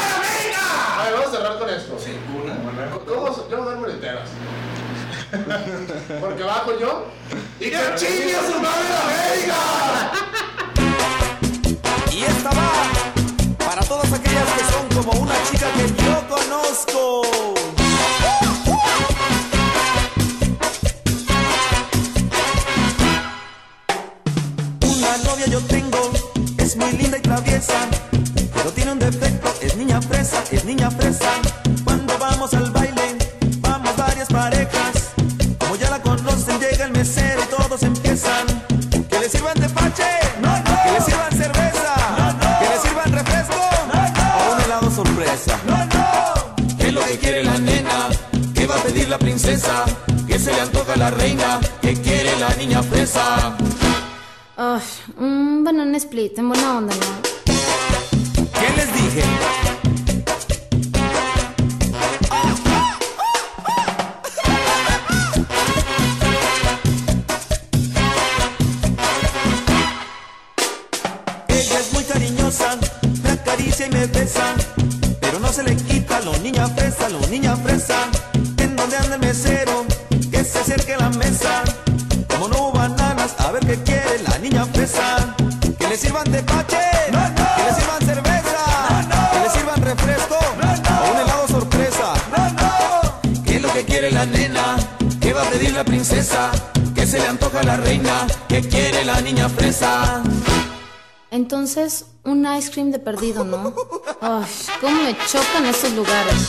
[SPEAKER 1] A ver, vamos a cerrar con esto. ¿Cómo? se- Yo voy a dar moneteras. Porque bajo yo. ¡Y que chingue a su madre la América!
[SPEAKER 8] Y esta va para todas aquellas que son como una chica que yo conozco. Una novia yo tengo, es muy linda y traviesa, pero tiene un defecto, es niña fresa, es niña fresa. Cuando vamos al baile, vamos varias parejas, como ya la conocen llega el mesero y todos empiezan. besan. Que le sirvan tepache, que le sirvan cerveza, que le sirvan refresco o un helado sorpresa. ¿Qué es lo que quiere la nena? ¿Qué va a pedir la princesa? ¿Qué se le antoja a la reina? ¿Qué quiere la niña fresa?
[SPEAKER 10] Ay, un banana split, en buena onda, ¿no?
[SPEAKER 8] ¿Qué les dije? Ella es muy cariñosa, me acaricia y me besa, pero no se le quita lo niña fresa, lo niña fresa. En donde anda el mesero, que se acerque a la mesa. Como no hubo bananas, a ver qué quiere la niña fresa. Que le sirvan tepache, que le sirvan cerveza, que le sirvan refresco o un helado sorpresa. ¿Qué es lo que quiere la nena? ¿Qué va a pedir la princesa? ¿Qué se le antoja a la reina? ¿Qué quiere la niña fresa?
[SPEAKER 10] Entonces, un ice cream de perdido, ¿no? Ay, cómo me chocan esos lugares.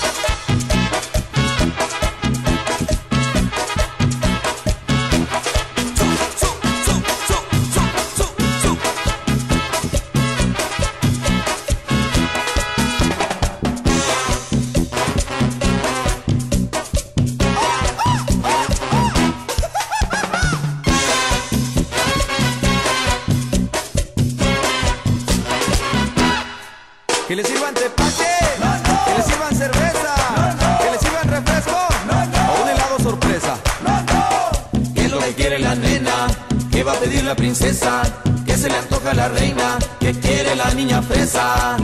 [SPEAKER 8] Que le sirvan tepache, que le sirvan cerveza, que le sirvan refresco o un helado sorpresa. ¿Qué es lo que quiere la nena? ¿Qué va a pedir la princesa? ¿Qué se le antoja a la reina? ¿Qué quiere la niña fresa?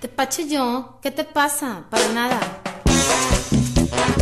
[SPEAKER 10] Tepache yo, ¿qué te pasa? Para nada. ¿eh?